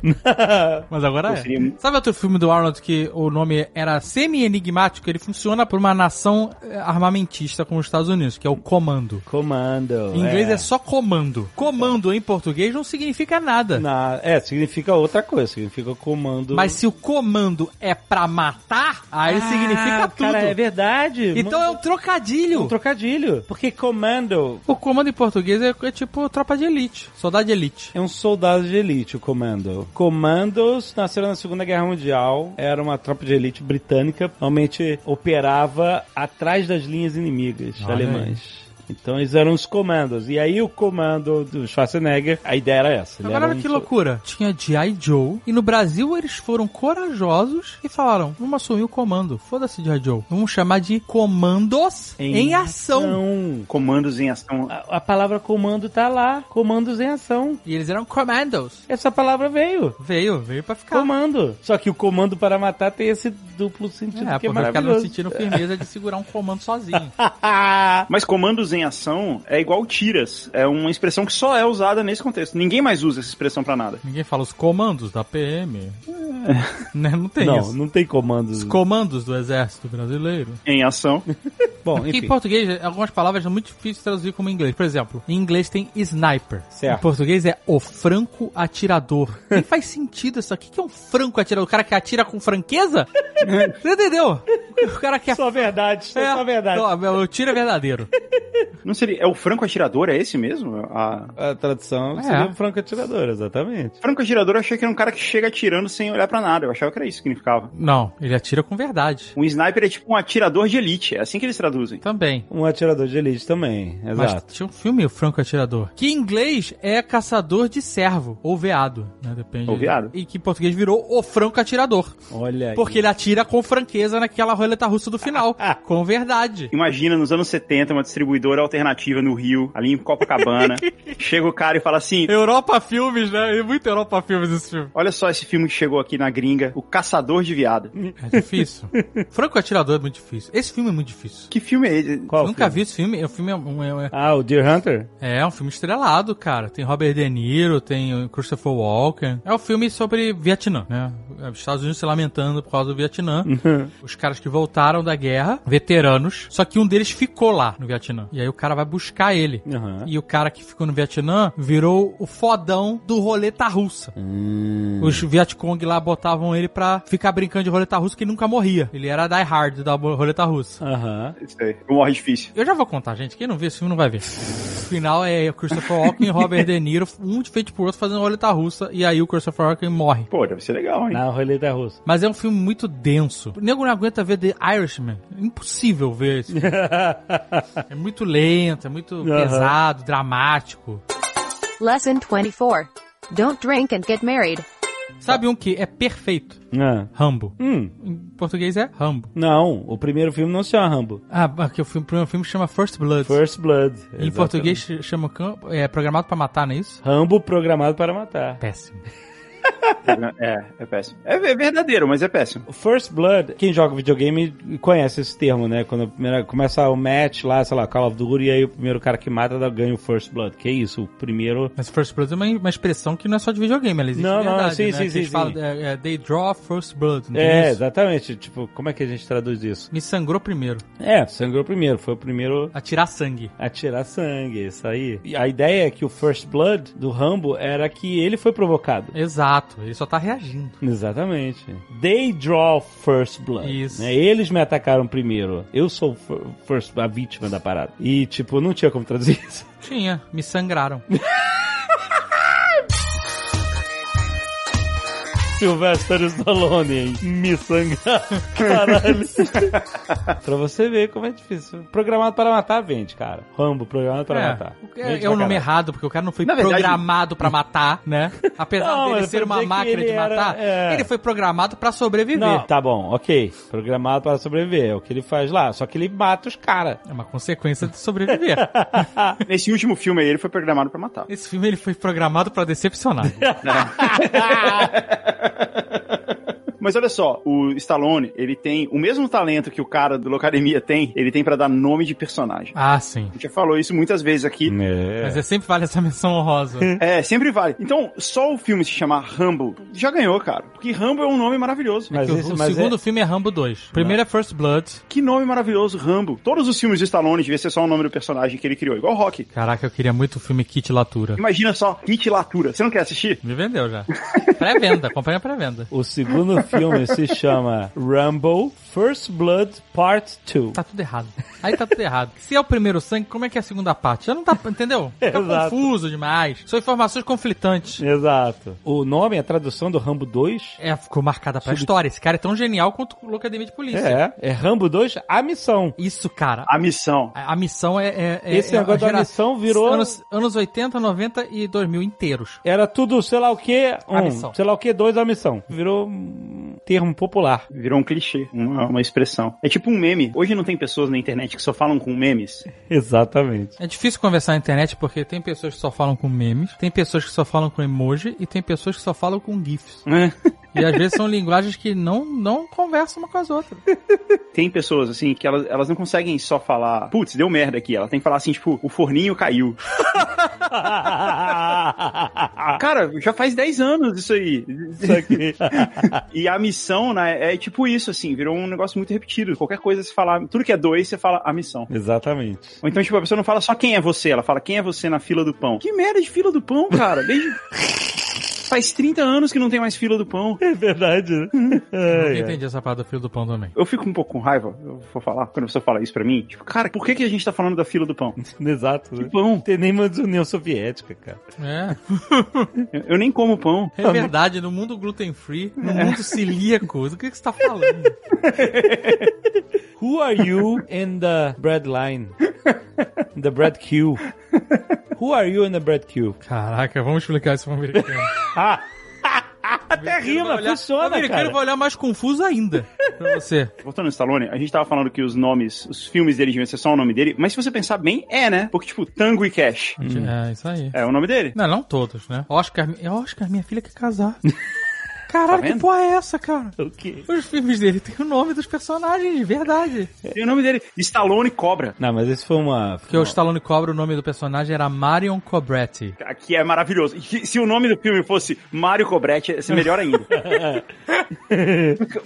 Speaker 4: Mas agora
Speaker 3: Pô,
Speaker 4: é.
Speaker 3: seria muito-
Speaker 4: Sabe outro filme do Arnold que o nome era semi-enigmático? Ele funciona por uma nação eh, armamentista com os Estados Unidos, que é o Comando.
Speaker 2: Comando.
Speaker 4: Em inglês é, só comando. Comando em português não significa nada.
Speaker 2: Na- é, significa outra coisa. Significa comando.
Speaker 4: Mas se o comando é pra matar, aí significa tudo.
Speaker 2: Cara, é verdade.
Speaker 4: então é um
Speaker 2: é
Speaker 4: trocadilho.
Speaker 2: um trocadilho. Porque comando
Speaker 4: O comando em português é, é tipo tropa de elite, soldado de elite.
Speaker 2: é um soldado de elite, o comando. Commandos nasceram na Segunda Guerra Mundial. Era uma tropa de elite britânica. Realmente operava atrás das linhas inimigas
Speaker 4: Olha
Speaker 2: alemãs. Então eles eram os comandos. E aí o comando do Schwarzenegger, a ideia era essa. Ele era
Speaker 4: Agora olha
Speaker 2: um
Speaker 4: que
Speaker 2: so-
Speaker 4: loucura. Tinha G.I. Joe e no Brasil eles foram corajosos e falaram, vamos assumir o comando. Foda-se G.I. Joe. Vamos chamar de comandos em, ação.
Speaker 2: ação.
Speaker 3: Comandos em ação.
Speaker 2: A, a palavra comando tá lá. Comandos em ação.
Speaker 4: E eles eram commandos.
Speaker 2: Essa palavra veio.
Speaker 4: Veio, veio pra ficar.
Speaker 2: Comando. Só que o comando para matar tem esse duplo sentido
Speaker 4: É,
Speaker 2: que
Speaker 4: porque
Speaker 2: é
Speaker 4: os caras não
Speaker 2: maravilhoso.
Speaker 4: sentiram firmeza de segurar um comando sozinho.
Speaker 2: Ah!
Speaker 3: Mas comandos em ação é igual tiras. É uma expressão que só é usada nesse contexto. Ninguém mais usa essa expressão pra nada.
Speaker 4: Ninguém fala os comandos da PM. Né, Não tem
Speaker 2: não,
Speaker 4: isso.
Speaker 2: não tem comandos.
Speaker 4: Os comandos do exército brasileiro.
Speaker 3: Em ação.
Speaker 2: Bom,
Speaker 4: Porque
Speaker 2: enfim.
Speaker 4: em português, algumas palavras são muito difíceis de traduzir como em inglês. Por exemplo, em inglês tem sniper.
Speaker 2: Certo.
Speaker 4: Em português é o franco atirador. Nem faz sentido isso aqui. O que é um franco atirador? O cara que atira com franqueza? Você entendeu? O cara que é...
Speaker 2: Só verdade, só, só verdade.
Speaker 4: Não, meu, o tiro é verdadeiro.
Speaker 3: Não seria. É o franco atirador? É esse mesmo? A...
Speaker 2: A tradução
Speaker 4: É.
Speaker 2: seria um franco atirador, exatamente.
Speaker 3: Franco atirador eu achei que era um cara que chega atirando sem olhar pra nada. Eu achava que era isso que significava.
Speaker 4: Não, ele atira com verdade.
Speaker 3: Um sniper é tipo um atirador de elite. É assim que eles traduzem.
Speaker 4: Também.
Speaker 2: Um atirador de elite também,
Speaker 4: Mas
Speaker 2: exato.
Speaker 4: tinha um filme, o Franco Atirador, que em inglês é caçador de servo, ou veado, né? Depende.
Speaker 3: Ou veado.
Speaker 4: E que em português virou o Franco Atirador.
Speaker 2: Olha aí.
Speaker 4: Porque ele atira com franqueza naquela roleta russa do final. com verdade.
Speaker 3: Imagina, nos anos 70, uma distribuidora alternativa no Rio, ali em Copacabana. chega o cara e fala assim:
Speaker 4: Europa Filmes, né? É muito Europa Filmes esse filme.
Speaker 3: Olha só esse filme que chegou aqui na gringa, O Caçador de Viado.
Speaker 4: É difícil. Franco Atirador é muito difícil. Esse filme é muito difícil.
Speaker 3: Que filme é esse?
Speaker 2: Qual
Speaker 4: Nunca
Speaker 2: filme?
Speaker 4: vi esse filme. O filme é um, é, um- é-
Speaker 2: Ah, o Deer Hunter?
Speaker 4: é um filme estrelado, cara. Tem Robert De Niro, tem o Christopher Walken. É um filme sobre Vietnã, né? Os Estados Unidos se lamentando por causa do Vietnã. Os caras que voltaram da guerra, veteranos. Só que um deles ficou lá no Vietnã. E aí o cara vai buscar ele.
Speaker 2: Aham.
Speaker 4: E o cara que ficou no Vietnã virou o fodão do roleta russa. Os Vietcong lá botavam ele pra ficar brincando de roleta russa que ele nunca morria. Ele era die hard da bo- roleta russa.
Speaker 2: Aham.
Speaker 3: Isso aí, eu morro difícil.
Speaker 4: Eu já vou contar, gente. Quem não viu esse filme não vai ver. O final é o Christopher Walken e Robert De Niro, um de feito por outro, fazendo roleta russa. E aí o Christopher Walken morre.
Speaker 3: Pô, deve ser legal, hein?
Speaker 2: Na roleta russa.
Speaker 4: Mas é um filme muito denso. O nego não aguenta ver The Irishman. É impossível ver isso. é muito lento, é muito pesado, dramático.
Speaker 5: Lesson 24. Don't drink and get married.
Speaker 4: Sabe um que é perfeito?
Speaker 2: Ah.
Speaker 4: Rambo.
Speaker 2: Hum.
Speaker 4: Em português é Rambo.
Speaker 2: Não, o primeiro filme não se chama Rambo.
Speaker 4: Ah, porque o, filme, o primeiro filme chama First Blood.
Speaker 2: First Blood.
Speaker 4: em
Speaker 2: exatamente.
Speaker 4: português ch- chama cam- é, Programado pra Matar, não é isso?
Speaker 2: Rambo programado para matar.
Speaker 4: Péssimo.
Speaker 3: É, é péssimo. É, é verdadeiro, mas é péssimo.
Speaker 2: First Blood, quem joga videogame conhece esse termo, né? Quando a primeira- começa o match lá, sei lá, Call of Duty, e aí o primeiro cara que mata dá- ganha o First Blood. Que isso, o primeiro.
Speaker 4: Mas First Blood é uma, uma expressão que não é só de videogame, ela existe
Speaker 2: Não,
Speaker 4: de
Speaker 2: não,
Speaker 4: verdade,
Speaker 2: sim,
Speaker 4: né?
Speaker 2: sim,
Speaker 4: Que
Speaker 2: sim,
Speaker 4: eles
Speaker 2: sim.
Speaker 4: falam, é, é, They draw First Blood, não tem
Speaker 2: É,
Speaker 4: isso?
Speaker 2: exatamente. Tipo, como é que a gente traduz isso?
Speaker 4: Me sangrou primeiro.
Speaker 2: É, sangrou primeiro, foi o primeiro
Speaker 4: Atirar sangue.
Speaker 2: a tirar sangue, isso aí. E a ideia é que o First Blood do Rambo era que ele foi provocado.
Speaker 4: Exato, ele só tá reagindo.
Speaker 2: Exatamente. They draw first blood.
Speaker 4: Isso.
Speaker 2: né? Eles me atacaram primeiro. Eu sou o fir- first, a vítima da parada. E, tipo, não tinha como traduzir isso.
Speaker 4: Tinha, me sangraram.
Speaker 2: Sylvester Stallone, hein? Me sangar. Caralho. pra você ver como é difícil. Programado para matar, vende, cara. Rambo, programado para
Speaker 4: é,
Speaker 2: matar.
Speaker 4: o que-
Speaker 2: Vende pra
Speaker 4: é o nome
Speaker 2: caralho.
Speaker 4: errado, porque o cara não foi
Speaker 3: Na verdade-
Speaker 4: programado pra matar, né? Apesar
Speaker 2: Não,
Speaker 4: dele
Speaker 2: mas
Speaker 4: ser
Speaker 2: pra
Speaker 4: uma
Speaker 2: dizer que
Speaker 4: máquina
Speaker 2: ele
Speaker 4: de
Speaker 2: era-
Speaker 4: matar,
Speaker 2: é.
Speaker 4: ele foi programado pra sobreviver.
Speaker 2: Não, tá bom, ok. Programado para sobreviver. É o que ele faz lá. Só que ele mata os É. caras.
Speaker 4: É uma consequência de sobreviver.
Speaker 3: Nesse último filme aí, ele foi programado pra matar.
Speaker 4: Esse filme ele foi programado pra decepcionar.
Speaker 3: Mas olha só, o Stallone, ele tem o mesmo talento que o cara do Locademia tem, ele tem pra dar nome de personagem.
Speaker 4: ah, sim.
Speaker 3: A gente já falou isso muitas vezes aqui.
Speaker 2: É.
Speaker 4: Mas é sempre vale essa menção honrosa.
Speaker 3: É, sempre vale. Então, só o filme se chamar Rambo já ganhou, cara. Porque Rambo é um nome maravilhoso.
Speaker 2: Mas
Speaker 4: Que o-
Speaker 2: esse-
Speaker 4: o
Speaker 2: mas é-
Speaker 4: segundo filme é Rambo 2. O primeiro é First Blood.
Speaker 3: Que nome maravilhoso, Rambo. Todos os filmes de Stallone devia ser só o nome do personagem que ele criou, igual Rock.
Speaker 4: Caraca, eu queria muito o filme Kit Latura.
Speaker 3: Imagina só, Kit Latura. Você não quer assistir?
Speaker 4: Me vendeu já. Pré-venda, acompanha a pré-venda.
Speaker 2: O segundo filme se chama Rumble First Blood Part 2.
Speaker 4: Tá tudo errado. Aí tá tudo errado. Se é o primeiro sangue, como é que é a segunda parte? Já não tá, entendeu? Fica
Speaker 2: Exato.
Speaker 4: confuso demais. São informações conflitantes.
Speaker 2: Exato. O nome, a tradução do Rambo 2
Speaker 4: É, ficou marcada pra história. Esse cara é tão genial quanto o Locademia de Polícia.
Speaker 2: é, é Rambo 2 A Missão.
Speaker 4: Isso, cara.
Speaker 3: A missão.
Speaker 4: A a missão é... é- é-
Speaker 2: Esse
Speaker 4: é
Speaker 2: negócio
Speaker 4: a
Speaker 2: da missão virou-
Speaker 4: Anos, anos 80, 90 e 2000 inteiros.
Speaker 2: Era tudo, sei lá o que,
Speaker 4: A
Speaker 2: um,
Speaker 4: Missão.
Speaker 2: sei lá o que, dois A Missão. Virou um termo popular.
Speaker 3: Virou um clichê, uma, uma expressão. É tipo um meme. Hoje não tem pessoas na internet que só falam com memes.
Speaker 2: Exatamente.
Speaker 4: É difícil conversar na internet porque tem pessoas que só falam com memes, tem pessoas que só falam com emoji e tem pessoas que só falam com gifs.
Speaker 3: né?
Speaker 4: E às vezes são linguagens que não, não conversam uma com as outras.
Speaker 3: Tem pessoas, assim, que elas, elas não conseguem só falar, putz, deu merda aqui. Ela tem que falar assim, tipo, o forninho caiu. Ah, Cara, já faz 10 anos isso aí.
Speaker 2: Isso aqui.
Speaker 3: E a missão, né, é tipo isso, assim, virou um negócio muito repetido. Qualquer coisa, você fala, tudo que é dois, você fala a missão.
Speaker 2: Exatamente.
Speaker 3: Ou então, tipo, a pessoa não fala só quem é você, ela fala quem é você na fila do pão. Que merda de fila do pão, cara? Desde... Faz 30 anos que não tem mais fila do pão.
Speaker 1: É verdade, né?
Speaker 4: Eu
Speaker 2: É,
Speaker 1: Ai, ai.
Speaker 4: entendi essa parada do fio do pão também.
Speaker 3: Eu fico um pouco com raiva, eu vou falar, quando a pessoa fala isso pra mim. Tipo, cara, por que, que a gente tá falando da fila do pão?
Speaker 2: Exato, né?
Speaker 3: Que pão?
Speaker 2: Tem nem mais União Soviética, cara.
Speaker 4: É.
Speaker 3: Eu eu nem como pão.
Speaker 4: É verdade, no mundo gluten free, no mundo celíaco, do que, que você tá falando?
Speaker 2: Who are you in the bread line? In the bread queue. Who are you in the bread queue?
Speaker 4: Caraca, vamos explicar isso pro americano.
Speaker 2: Ah! Até
Speaker 4: Vai
Speaker 2: rima,
Speaker 4: olhar- o
Speaker 2: funciona,
Speaker 4: americano
Speaker 2: cara.
Speaker 4: vai olhar mais confuso ainda pra você.
Speaker 3: Voltando ao Stallone, a gente tava falando que os nomes, os filmes dele deviam ser só o nome dele, mas se você pensar bem, é, né? Porque, tipo, Tango e Cash
Speaker 4: É, isso aí.
Speaker 3: é o nome dele.
Speaker 4: Não, não todos, né? Oscar, é Oscar, minha filha quer casar. Caralho,
Speaker 3: Tá
Speaker 4: que
Speaker 3: vendo?
Speaker 4: porra é essa, cara?
Speaker 2: O quê?
Speaker 4: Os filmes dele tem o nome dos personagens, de verdade.
Speaker 3: Tem o nome dele, Stallone Cobra.
Speaker 2: Não, mas esse foi uma...
Speaker 4: Porque o Stallone Cobra, o nome do personagem era Marion Cobretti.
Speaker 3: Aqui é maravilhoso. E que- se o nome do filme fosse Mario Cobretti, ia ser melhor ainda.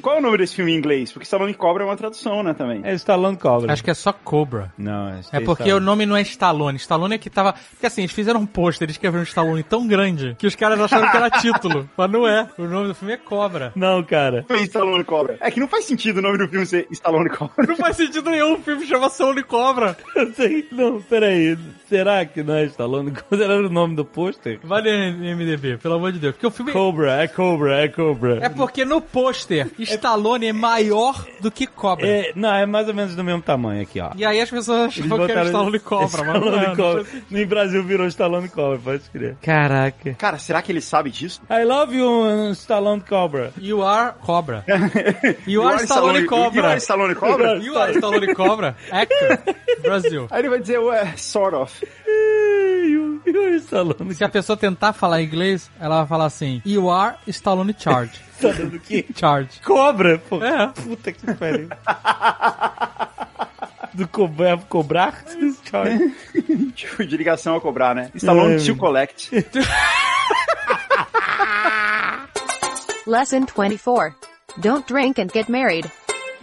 Speaker 3: Qual é o nome desse filme em inglês? Porque Stallone Cobra é uma tradução, né, também.
Speaker 2: É Stallone Cobra.
Speaker 4: Acho que é só Cobra.
Speaker 2: Não,
Speaker 4: É porque o nome não é Stallone. Stallone é que tava. Porque assim, eles fizeram um pôster, eles escreveram Stallone tão grande que os caras acharam que era título. Mas não é. O nome do filme é Cobra.
Speaker 2: Não, cara.
Speaker 3: Foi Stallone Cobra. É que não faz sentido o nome do filme ser Stallone Cobra.
Speaker 4: Não faz sentido nenhum o filme chama Stallone Cobra.
Speaker 2: Eu sei. Não, peraí. Será que não é Stallone Cobra? Era o nome do pôster?
Speaker 4: Vai no MDB, pelo amor de Deus. Porque o filme.
Speaker 2: Cobra, é Cobra, é
Speaker 4: É
Speaker 2: Cobra.
Speaker 4: porque no pôster, Stallone é maior do que Cobra.
Speaker 2: É, não, é mais ou menos do mesmo tamanho aqui, ó.
Speaker 4: E aí as pessoas acham que era Stallone Cobra, mas não
Speaker 2: Stallone
Speaker 4: era.
Speaker 2: Cobra. No Brasil virou Stallone Cobra, pode crer. Caraca.
Speaker 3: Cara, será que ele sabe disso?
Speaker 2: I love you, um, Stallone Cobra.
Speaker 4: You are Cobra. You are Stallone
Speaker 3: You
Speaker 4: Cobra.
Speaker 3: are Stallone Cobra?
Speaker 4: You are Stallone Cobra. Actor. Brasil.
Speaker 3: Aí ele vai dizer, ué, sort of.
Speaker 2: You, you are Stallone
Speaker 4: Se a pessoa tentar falar inglês, ela vai falar assim: You are Stallone Charge.
Speaker 2: Stallone que?
Speaker 4: Charge.
Speaker 2: Cobra, pô.
Speaker 4: É.
Speaker 2: Puta que pariu. Do cobrar, cobrar? Charlie.
Speaker 3: Tipo, de ligação a cobrar, né? Stallone
Speaker 4: É.
Speaker 3: to collect.
Speaker 5: Lesson 24. Don't drink and get married.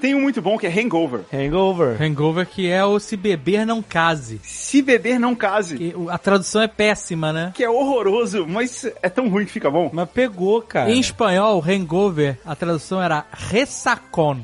Speaker 3: Tem um muito bom que é Hangover.
Speaker 2: Hangover.
Speaker 4: Hangover, que é o Se Beber Não Case.
Speaker 3: Se beber, não case.
Speaker 4: Que o- a tradução é péssima, né?
Speaker 3: Que é horroroso, mas é tão ruim que fica bom.
Speaker 2: Mas pegou, cara.
Speaker 4: Em espanhol, hangover, a tradução era ressacón.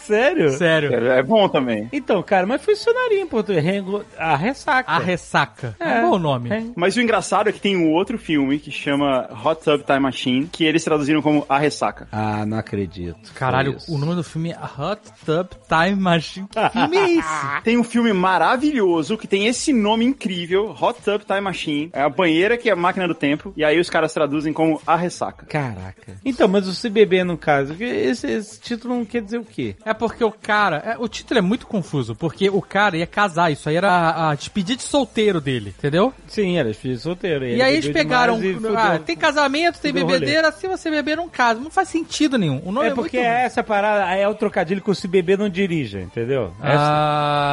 Speaker 2: Sério?
Speaker 4: Sério.
Speaker 3: É, é bom também.
Speaker 2: Então, cara, mas funcionaria em português. Hango... A ressaca.
Speaker 4: A ressaca. É, um bom nome.
Speaker 2: Hang-
Speaker 3: Mas o engraçado é que tem um outro filme que chama Hot Tub Time Machine, que eles traduziram como A Ressaca.
Speaker 2: Ah, não acredito.
Speaker 4: Caralho,
Speaker 2: Foi isso.
Speaker 4: o nome do filme é Hot Tub Time Machine. Que filme é esse?
Speaker 3: Tem um filme maravilhoso que tem esse nome incrível, Hot Tub Time Machine. É a banheira que é a máquina do tempo, e aí os caras traduzem como A Ressaca.
Speaker 2: Caraca. Então, mas o CBB, no caso, que esse, esse título não quer dizer o quê?
Speaker 4: É porque o cara. é, o título é muito confuso, porque o cara ia casar, isso aí era a, a despedida de solteiro dele, entendeu?
Speaker 2: Sim, era filho solteiro.
Speaker 4: E aí eles pegaram. Ah, tem casamento, tem
Speaker 2: fudeu o
Speaker 4: bebedeira, se você beber, não casa. Não faz sentido nenhum. O nome é,
Speaker 2: É porque
Speaker 4: muito...
Speaker 2: essa parada é o trocadilho com o CBB não dirija, entendeu? Essa-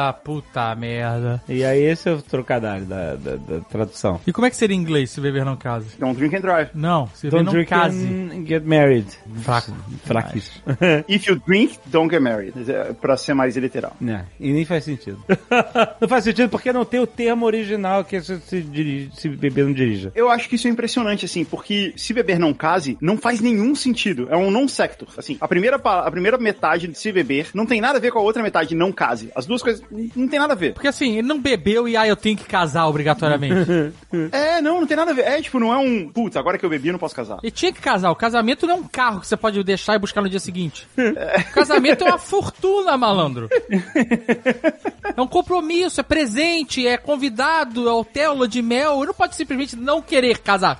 Speaker 4: Ah, puta merda.
Speaker 2: E aí esse é o trocadilho da, da- da tradução.
Speaker 4: E como é que seria em inglês se beber não case?
Speaker 3: Don't É um drink and drive.
Speaker 4: Não, se beber não case.
Speaker 2: and get married.
Speaker 4: Fraco.
Speaker 2: Fraquíssimo.
Speaker 3: If you drink, don't get married. É, Pra ser mais literal.
Speaker 2: Né, e nem faz sentido. não faz sentido porque não tem o termo original que se, se, dirige, se beber não dirija.
Speaker 3: Eu acho que isso é impressionante, assim, porque se beber não case, não faz nenhum sentido. É um non-sector. Assim, a primeira, pa- a primeira metade de se beber não tem nada a ver com a outra metade de não case. As duas coisas n- não tem nada a ver.
Speaker 4: Porque assim, ele não bebeu e ah, eu tenho que casar obrigatoriamente.
Speaker 3: É, não, não tem nada a ver. É, tipo, não é um, putz, agora que eu bebi eu não posso casar.
Speaker 4: e tinha que casar. O casamento não é um carro que você pode deixar e buscar no dia seguinte. O casamento é uma fortuna, malandro. É um compromisso, é presente, é convidado, é hotel, lua de mel. Eu não pode simplesmente não querer casar.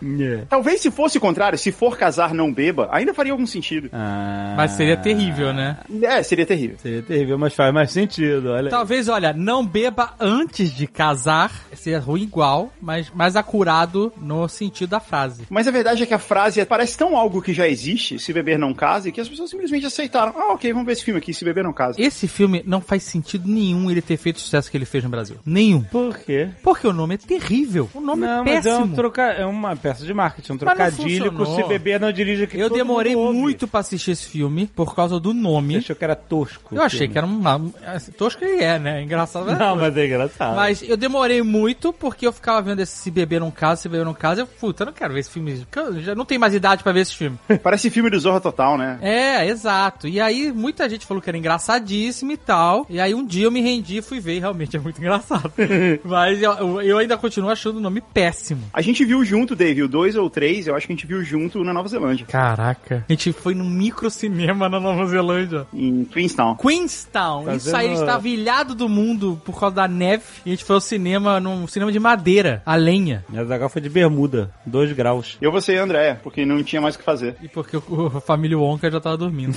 Speaker 3: Talvez se fosse o contrário, se for casar não beba, ainda faria algum sentido.
Speaker 2: Ah,
Speaker 4: Mas seria terrível, né?
Speaker 3: É, seria terrível.
Speaker 2: Seria terrível, mas faz mais sentido, olha.
Speaker 4: Talvez, olha, não beba antes de casar. Seria ruim igual, mas mais acurado no sentido da frase.
Speaker 3: Mas a é, verdade é que a frase parece tão algo que já existe, se beber não case, que as pessoas simplesmente aceitaram. Ah, ok, vamos ver esse filme filme aqui, Se Beber Não Casa.
Speaker 4: Esse filme não faz sentido nenhum ele ter feito o sucesso que ele fez no Brasil. Nenhum.
Speaker 2: Por quê?
Speaker 4: Porque o nome é terrível. O nome é
Speaker 2: Não, mas é,
Speaker 4: péssimo.
Speaker 2: um troca... é uma peça de marketing, um
Speaker 4: Mas não
Speaker 2: trocadilho com
Speaker 4: funcionou.
Speaker 2: se beber não dirige que
Speaker 4: Eu
Speaker 2: todo
Speaker 4: demorei
Speaker 2: mundo ouve.
Speaker 4: muito pra assistir esse filme por causa do
Speaker 2: Você
Speaker 4: nome.
Speaker 2: achou que era tosco?
Speaker 4: Eu achei que era uma. assim, Tosco ele é, né? Engraçado. mas
Speaker 2: né?
Speaker 4: é
Speaker 2: Não,
Speaker 4: tosco.
Speaker 2: mas é engraçado.
Speaker 4: Mas eu demorei muito porque eu ficava vendo esse Se Beber Não Casa, Se Beber Não Casa. Eu, puta, eu não quero ver esse filme. Eu já não tenho mais idade pra ver esse filme.
Speaker 3: Parece filme do Zorra Total, né?
Speaker 4: É, exato. E aí muita gente falou que era engraçadíssimo e tal. E aí um dia eu me rendi e fui ver, e realmente é muito engraçado. Mas eu, eu ainda continuo achando o nome péssimo.
Speaker 3: A gente viu junto, Dave, o 2 ou o 3, eu acho que a gente viu junto na Nova Zelândia,
Speaker 4: Caraca. A gente foi num microcinema na Nova Zelândia.
Speaker 3: em Queenstown.
Speaker 4: Queenstown.
Speaker 2: Tá
Speaker 4: Isso aí, ele
Speaker 2: vendo?
Speaker 4: estava ilhado do mundo por causa da neve. E a gente foi ao cinema, num cinema de madeira, a lenha.
Speaker 2: Mas agora foi de bermuda, 2 graus.
Speaker 3: Eu, você e André, porque não tinha mais o que fazer.
Speaker 4: E porque o, a família Wonka já tava dormindo.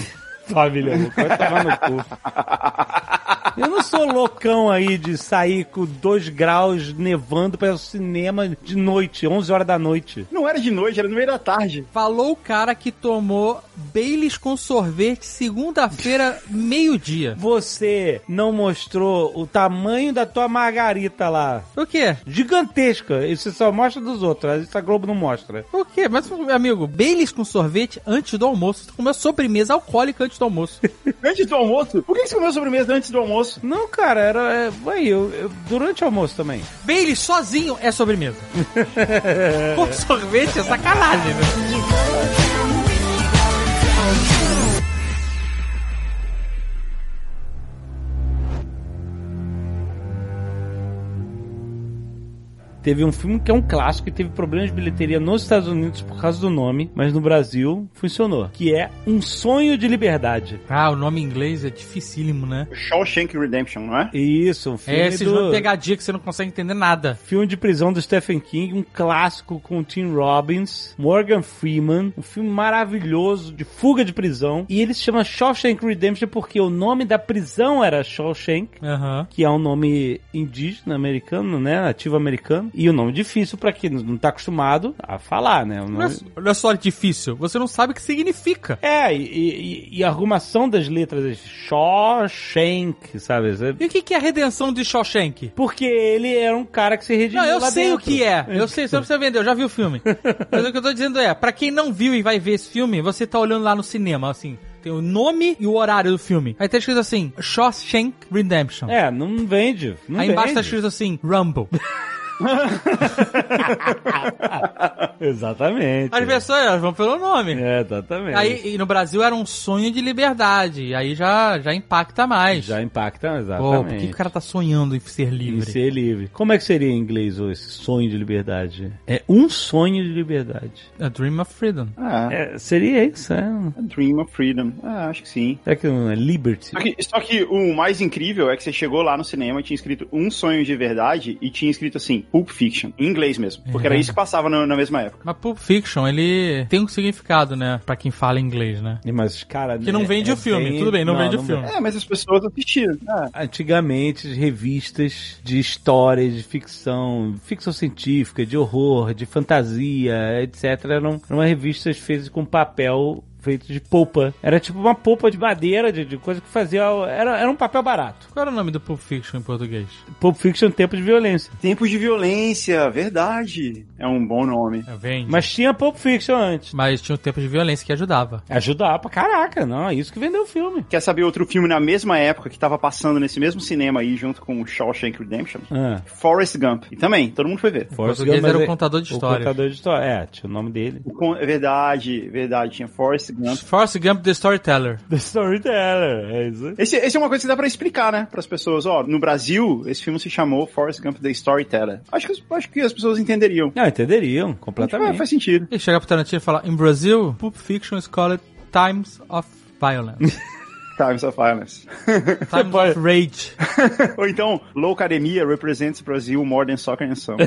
Speaker 2: Família, vai tomar no cu. Eu não sou loucão aí de sair com 2 graus nevando para o cinema de noite, 11 horas da noite.
Speaker 3: Não era de noite, era no meio da tarde.
Speaker 4: Falou o cara que tomou Baileys com sorvete segunda-feira, meio-dia.
Speaker 2: Você não mostrou o tamanho da tua margarita lá.
Speaker 4: O quê?
Speaker 2: Gigantesca. Isso só mostra dos outros. Isso a Globo não mostra.
Speaker 4: O quê? Mas, meu amigo, Baileys com sorvete antes do almoço. Você comeu sobremesa alcoólica antes do almoço.
Speaker 3: Antes do almoço? Por que você comeu sobremesa antes do almoço?
Speaker 2: Não, cara, era. é, aí, eu, eu- durante o almoço também.
Speaker 4: Baileys sozinho é sobremesa. com sorvete é sacanagem, né?
Speaker 2: Teve um filme que é um clássico e teve problemas de bilheteria nos Estados Unidos por causa do nome, mas no Brasil funcionou. Que é Um Sonho de Liberdade.
Speaker 4: Ah, o nome em inglês é dificílimo, né?
Speaker 3: Shawshank Redemption, não é?
Speaker 2: Isso, um filme
Speaker 4: É esse
Speaker 2: do...
Speaker 4: jogo pegadinha que você não consegue entender nada.
Speaker 2: Filme de prisão do Stephen King, um clássico com o Tim Robbins, Morgan Freeman, um filme maravilhoso de fuga de prisão. E ele se chama Shawshank Redemption porque o nome da prisão era Shawshank,
Speaker 4: Aham.
Speaker 2: que é um nome indígena americano, né, nativo americano, e um nome difícil pra quem não tá acostumado a falar, né? O nome-
Speaker 4: Olha, olha é só difícil. Você não sabe o que significa.
Speaker 2: É, e, e- e a arrumação das letras é Shawshank, sabe?
Speaker 4: E o que que é a redenção de Shawshank?
Speaker 2: Porque ele era um cara que se redimiu
Speaker 4: Não, eu
Speaker 2: lá
Speaker 4: sei
Speaker 2: dentro. Então,
Speaker 4: o que é. Eu sei, só pra você vender, eu já vi o filme. Mas o que eu tô dizendo é, pra quem não viu e vai ver esse filme, você tá olhando lá no cinema, assim, tem o nome e o horário do filme. Aí tá escrito assim, Shawshank Redemption.
Speaker 2: É, não vende. Não
Speaker 4: Aí embaixo
Speaker 2: vende.
Speaker 4: tá escrito assim, Rumble.
Speaker 2: Exatamente.
Speaker 4: As pessoas elas vão pelo nome.
Speaker 2: É, exatamente.
Speaker 4: Aí, e no Brasil era um sonho de liberdade. Aí já, já impacta mais.
Speaker 2: já impacta,
Speaker 4: Pô, por que
Speaker 2: exatamente.
Speaker 4: que o cara tá sonhando em ser
Speaker 2: Em
Speaker 4: livre?
Speaker 2: ser livre. Como é que seria em inglês ô, esse sonho de liberdade? É um sonho de liberdade.
Speaker 4: A Dream of Freedom.
Speaker 3: Ah, é.
Speaker 2: É, seria isso, é.
Speaker 3: A Dream of Freedom. Ah, acho que sim.
Speaker 2: Será que não é liberty?
Speaker 3: Só que, só que o mais incrível é que você chegou lá no cinema e tinha escrito Um Sonho de Verdade e tinha escrito assim, Pulp Fiction, em inglês mesmo. Porque era isso que passava na- na mesma época.
Speaker 4: Mas Pulp Fiction, ele tem um significado, né? Pra quem fala inglês, né?
Speaker 2: Mas, cara...
Speaker 4: Que não
Speaker 2: é-
Speaker 4: vende
Speaker 2: é
Speaker 4: o filme,
Speaker 2: bem-
Speaker 4: tudo bem, não, vende o
Speaker 2: não-
Speaker 4: filme.
Speaker 3: É, mas as pessoas assistiram. Ah,
Speaker 2: Antigamente, revistas de histórias, de ficção, ficção científica, de horror, de fantasia, etc. Eram, eram revistas feitas com papel feito de polpa. Era tipo uma polpa de madeira, de, de coisa que fazia... Era, era um papel barato.
Speaker 4: Qual era o nome do Pulp Fiction em português?
Speaker 2: Pulp Fiction, Tempo de Violência.
Speaker 3: Tempos de Violência, verdade. É um bom nome.
Speaker 4: É, vende. Mas,
Speaker 2: Mas tinha Pulp Fiction antes.
Speaker 4: mas tinha o tempo de violência que ajudava.
Speaker 2: Ajudava pra caraca, não, é isso que vendeu o filme.
Speaker 3: Quer saber outro filme na mesma época que tava passando nesse mesmo cinema aí, junto com o Shawshank Redemption?
Speaker 2: Ah.
Speaker 3: Forrest Gump. E também, todo mundo foi ver.
Speaker 4: Forrest português Gump, era o mas é- contador de histórias.
Speaker 2: O contador de história, é, tinha o nome dele.
Speaker 3: O con- é Verdade, verdade, tinha Forrest Gump.
Speaker 4: Force Gump The Storyteller.
Speaker 2: The Storyteller, é isso.
Speaker 3: Esse, esse é uma coisa que dá pra explicar, né, pras pessoas. Ó, no Brasil, esse filme se chamou Forrest Gump The Storyteller. Acho que, as- acho que as pessoas entenderiam.
Speaker 2: Não, entenderiam,
Speaker 3: Acho que Faz,
Speaker 2: completamente.
Speaker 3: faz sentido.
Speaker 4: E chega pro Tarantino e fala: Em Brasil, Pulp Fiction is called Times of Violence.
Speaker 3: Times of Violence.
Speaker 4: Times
Speaker 2: pode-
Speaker 4: of Rage.
Speaker 3: Ou então, Loucademia represents Brazil more than soccer and song.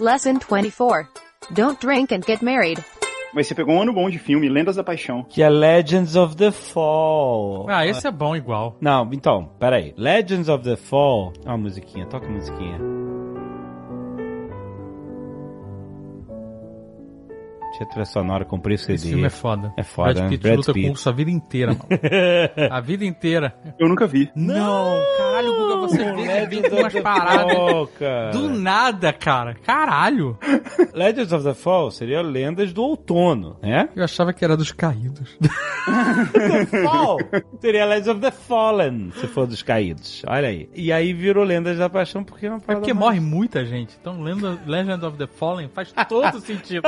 Speaker 5: Lesson 24. Don't drink and get married.
Speaker 3: Mas você pegou um ano bom de filme, Lendas da Paixão.
Speaker 2: Que é Legends of the Fall.
Speaker 4: Ah, esse é bom igual.
Speaker 2: Não, então, peraí. Legends of the Fall. Ó, a musiquinha, toca a musiquinha. Tinha trilha sonora, comprei o CD.
Speaker 4: Esse filme é foda.
Speaker 2: É foda,
Speaker 4: Brad
Speaker 2: né?
Speaker 4: Pitt
Speaker 2: Brad
Speaker 4: luta
Speaker 2: Pitt.
Speaker 4: com urso a vida inteira, mano. A vida inteira.
Speaker 3: Eu nunca vi.
Speaker 4: Não, caralho, Guga, você vê
Speaker 2: Legends
Speaker 4: vem
Speaker 2: of
Speaker 4: com umas
Speaker 2: the
Speaker 4: paradas
Speaker 2: Fall, cara.
Speaker 4: do nada, cara. Caralho.
Speaker 2: Legends of the Fall seria Lendas do Outono, né?
Speaker 4: Eu achava que era dos caídos.
Speaker 2: Fall! seria Legends of the Fallen, se for dos caídos. Olha aí. E aí virou Lendas da Paixão porque é uma
Speaker 4: É
Speaker 2: parada
Speaker 4: porque
Speaker 2: mais-
Speaker 4: morre muita gente. Então Legend Legend of the Fallen faz todo sentido.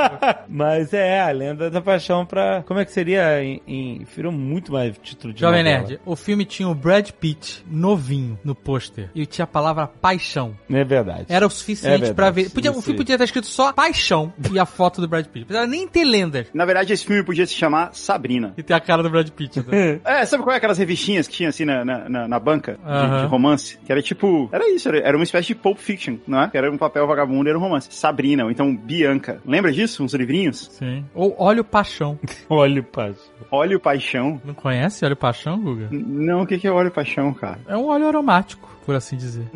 Speaker 2: Mas é, a Lenda da Paixão pra... Como é que seria em... em... Virou muito mais título de
Speaker 4: Jovem
Speaker 2: novela.
Speaker 4: Nerd, o filme tinha o Brad Pitt novinho no pôster e tinha a palavra paixão.
Speaker 2: Não é verdade.
Speaker 4: Era o suficiente
Speaker 2: verdade,
Speaker 4: pra ver. Podia, o
Speaker 2: isso
Speaker 4: filme
Speaker 2: aí.
Speaker 4: podia estar escrito só paixão e a foto do Brad Pitt. Não precisava nem ter lendas
Speaker 3: Na verdade, esse filme podia se chamar Sabrina.
Speaker 4: e ter a cara do Brad Pitt. né?
Speaker 3: É, sabe qual é aquelas revistinhas que tinha assim na, na, na- na banca de,
Speaker 4: Aham.
Speaker 3: de romance? Que era tipo. Era isso, era, era uma espécie de Pulp Fiction, não é? Que era um papel vagabundo era um romance. Sabrina, ou então Bianca. Lembra disso? Uns livrinhos?
Speaker 4: Sim. Ou Olho Paixão.
Speaker 2: Olha o Paixão.
Speaker 3: Óleo Paixão.
Speaker 4: Não conhece Olho Paixão, Guga?
Speaker 3: N- Não, o que que é óleo paixão, cara?
Speaker 4: É um óleo aromático, por assim dizer.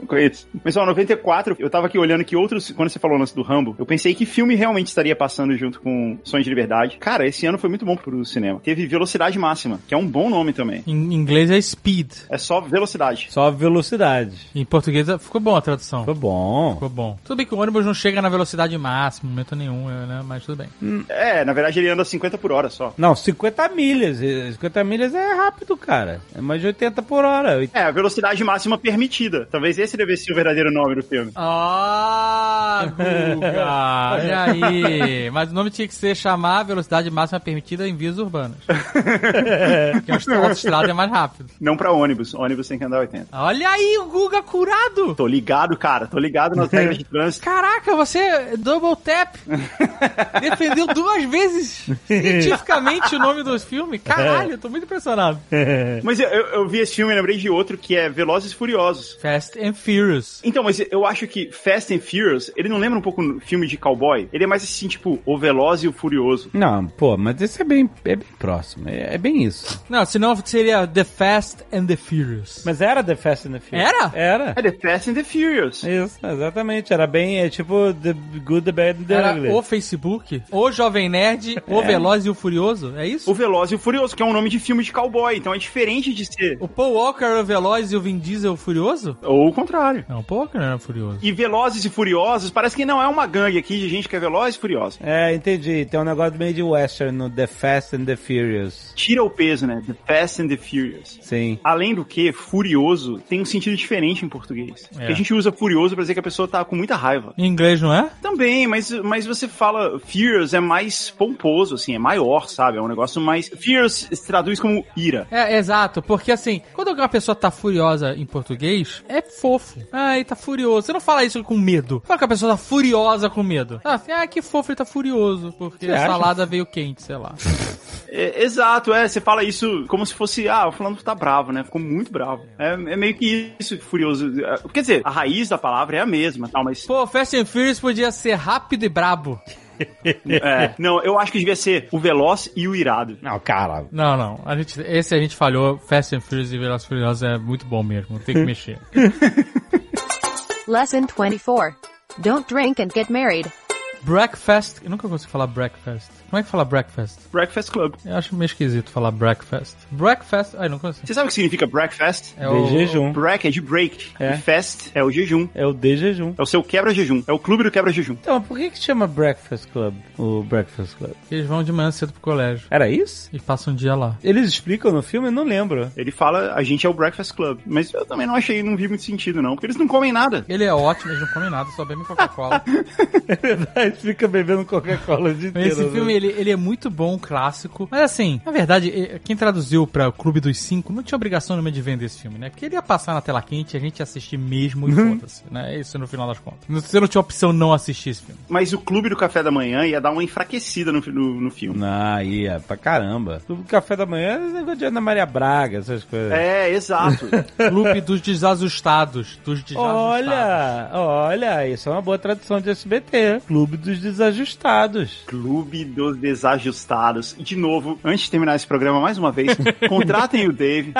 Speaker 3: Não conheço. Mas ó, 94, eu tava aqui olhando que outros. Quando você falou o lance do Rambo, eu pensei que filme realmente estaria passando junto com Sonhos de Liberdade. Cara, esse ano foi muito bom pro cinema. Teve Velocidade Máxima, que é um bom nome também.
Speaker 4: Em inglês é Speed.
Speaker 3: É só velocidade.
Speaker 2: Só velocidade.
Speaker 4: Em português é- ficou bom a tradução.
Speaker 2: Foi bom.
Speaker 4: Ficou bom. Tudo bem que o ônibus não chega na velocidade máxima, em momento nenhum, né? Mas tudo bem.
Speaker 3: É, na verdade ele anda 50 por hora só.
Speaker 2: Não, 50 milhas. Eh, 50 milhas é rápido, cara. É mais de 80 por hora. Oit-
Speaker 3: É, a velocidade máxima permitida. Talvez esse devesse ser o verdadeiro nome do filme.
Speaker 4: Ah, Guga! Olha aí! Mas o nome tinha que ser chamar a velocidade máxima permitida em vias urbanas. Porque a autoestrada é mais rápido.
Speaker 3: Não pra ônibus. Ônibus tem que andar 80.
Speaker 4: Olha aí, o Guga curado!
Speaker 3: Tô ligado, cara. Tô ligado nas regras de trânsito.
Speaker 4: Caraca, você é double tap! Defendeu duas vezes cientificamente o nome do filme. Caralho, eu tô muito impressionado.
Speaker 3: Mas eu, eu- eu vi esse filme e lembrei de outro que é Velozes e Furiosos.
Speaker 4: Fast and Furious.
Speaker 3: Então, mas eu acho que Fast and Furious, ele não lembra um pouco no filme de cowboy? Ele é mais assim, tipo, o Veloz e o Furioso.
Speaker 2: Não, pô, mas esse é bem, é bem próximo. É, é bem isso.
Speaker 4: Não, senão seria The Fast and the Furious.
Speaker 2: Mas era The Fast and the Furious.
Speaker 4: Era?
Speaker 2: Era.
Speaker 3: É The Fast and the Furious.
Speaker 2: Isso, exatamente. Era bem, é tipo The Good, The Bad and The
Speaker 4: Era
Speaker 2: Ugly.
Speaker 4: o Facebook, o Jovem Nerd, o Veloz e É. o Furioso, é isso?
Speaker 3: O Veloz e o Furioso, que é um nome de filme de cowboy, então é diferente de ser.
Speaker 4: O Paul Walker era o Veloz e o Vin Diesel o Furioso?
Speaker 3: Ou o contrário.
Speaker 4: Não, o Paul Walker não era o Furioso.
Speaker 3: E Velozes e Furiosos, parece que não é uma gangue aqui de gente que é veloz e furiosa.
Speaker 2: É, entendi. Tem um negócio meio de western no The Fast and the Furious.
Speaker 3: Tira o peso, né? The Fast and the Furious.
Speaker 2: Sim.
Speaker 3: Além do que, furioso tem um sentido diferente em português. Porque a gente usa furioso pra dizer que a pessoa tá com muita raiva.
Speaker 4: Em inglês, não é?
Speaker 3: Também, mas, mas você fala furious é mais pomposo, assim, é maior, sabe? É um negócio mais. Furious se traduz como ira.
Speaker 4: É, exato, porque assim, quando uma pessoa tá furiosa em português, é fofo. Ai, tá furioso. Você não fala isso com medo. Fala que a pessoa tá furiosa com medo. Ah, assim, ah que fofo, ele tá furioso, porque
Speaker 2: Você
Speaker 4: a
Speaker 2: acha?
Speaker 4: salada veio quente, sei lá.
Speaker 3: É, exato, é. Você fala isso como se fosse, ah, o fulano tá bravo, né? Ficou muito bravo. É, é meio que isso, furioso. É, Quer dizer, a raiz da palavra é a mesma, tal, mas.
Speaker 4: Pô, Fast and Furious podia ser rápido e brabo.
Speaker 3: é, não, eu acho que devia ser o veloz e o irado.
Speaker 2: Não, cara.
Speaker 4: Não, não. A gente, esse a gente falhou. Fast and Furious e Velozes e Furiosos é muito bom mesmo. Não tem que mexer.
Speaker 5: Lesson 24. Don't drink and get married.
Speaker 4: breakfast. Eu nunca consigo falar breakfast. Como é que fala breakfast?
Speaker 3: Breakfast Club.
Speaker 4: Eu acho meio esquisito falar breakfast. Breakfast. Ai, não consigo.
Speaker 3: Você sabe o que significa breakfast?
Speaker 4: É
Speaker 2: De jejum.
Speaker 3: Break é de break.
Speaker 2: É.
Speaker 3: E fast é o jejum.
Speaker 2: É o de jejum.
Speaker 3: É o seu quebra-jejum. É o clube do quebra-jejum.
Speaker 2: Então, mas por que que chama Breakfast Club? O Breakfast Club.
Speaker 4: que Eles vão de manhã cedo pro colégio.
Speaker 2: Era isso?
Speaker 4: E passam um dia lá.
Speaker 2: Eles explicam no filme? Eu não lembro.
Speaker 3: Ele fala, a gente é o Breakfast Club. Mas eu também não achei, não vi muito sentido, não. Porque eles não comem nada.
Speaker 4: Ele é ótimo, eles não comem nada, só bebem Coca-Cola.
Speaker 2: É verdade, fica bebendo Coca-Cola de
Speaker 4: Esse filme, ele, ele é muito bom, clássico. Mas assim, na verdade, eh, quem traduziu pra o Clube dos Cinco não tinha obrigação nenhuma de vender esse filme, né? Porque ele ia passar na tela quente, a gente ia assistir mesmo e foda-se, né? Isso no final das contas. Você não tinha opção não assistir esse filme.
Speaker 3: Mas o clube do café da manhã ia dar uma enfraquecida no, fi- no, no filme.
Speaker 2: Ah, ia, pra caramba. O café da manhã é negócio de Ana Maria Braga, essas coisas.
Speaker 3: É, exato.
Speaker 4: Clube dos Desajustados. Dos Desajustados.
Speaker 2: Olha, olha, isso é uma boa tradução de SBT. Clube dos Desajustados.
Speaker 3: Clube dos Desajustados. E, de novo, antes de terminar esse programa, mais uma vez, contratem o Dave,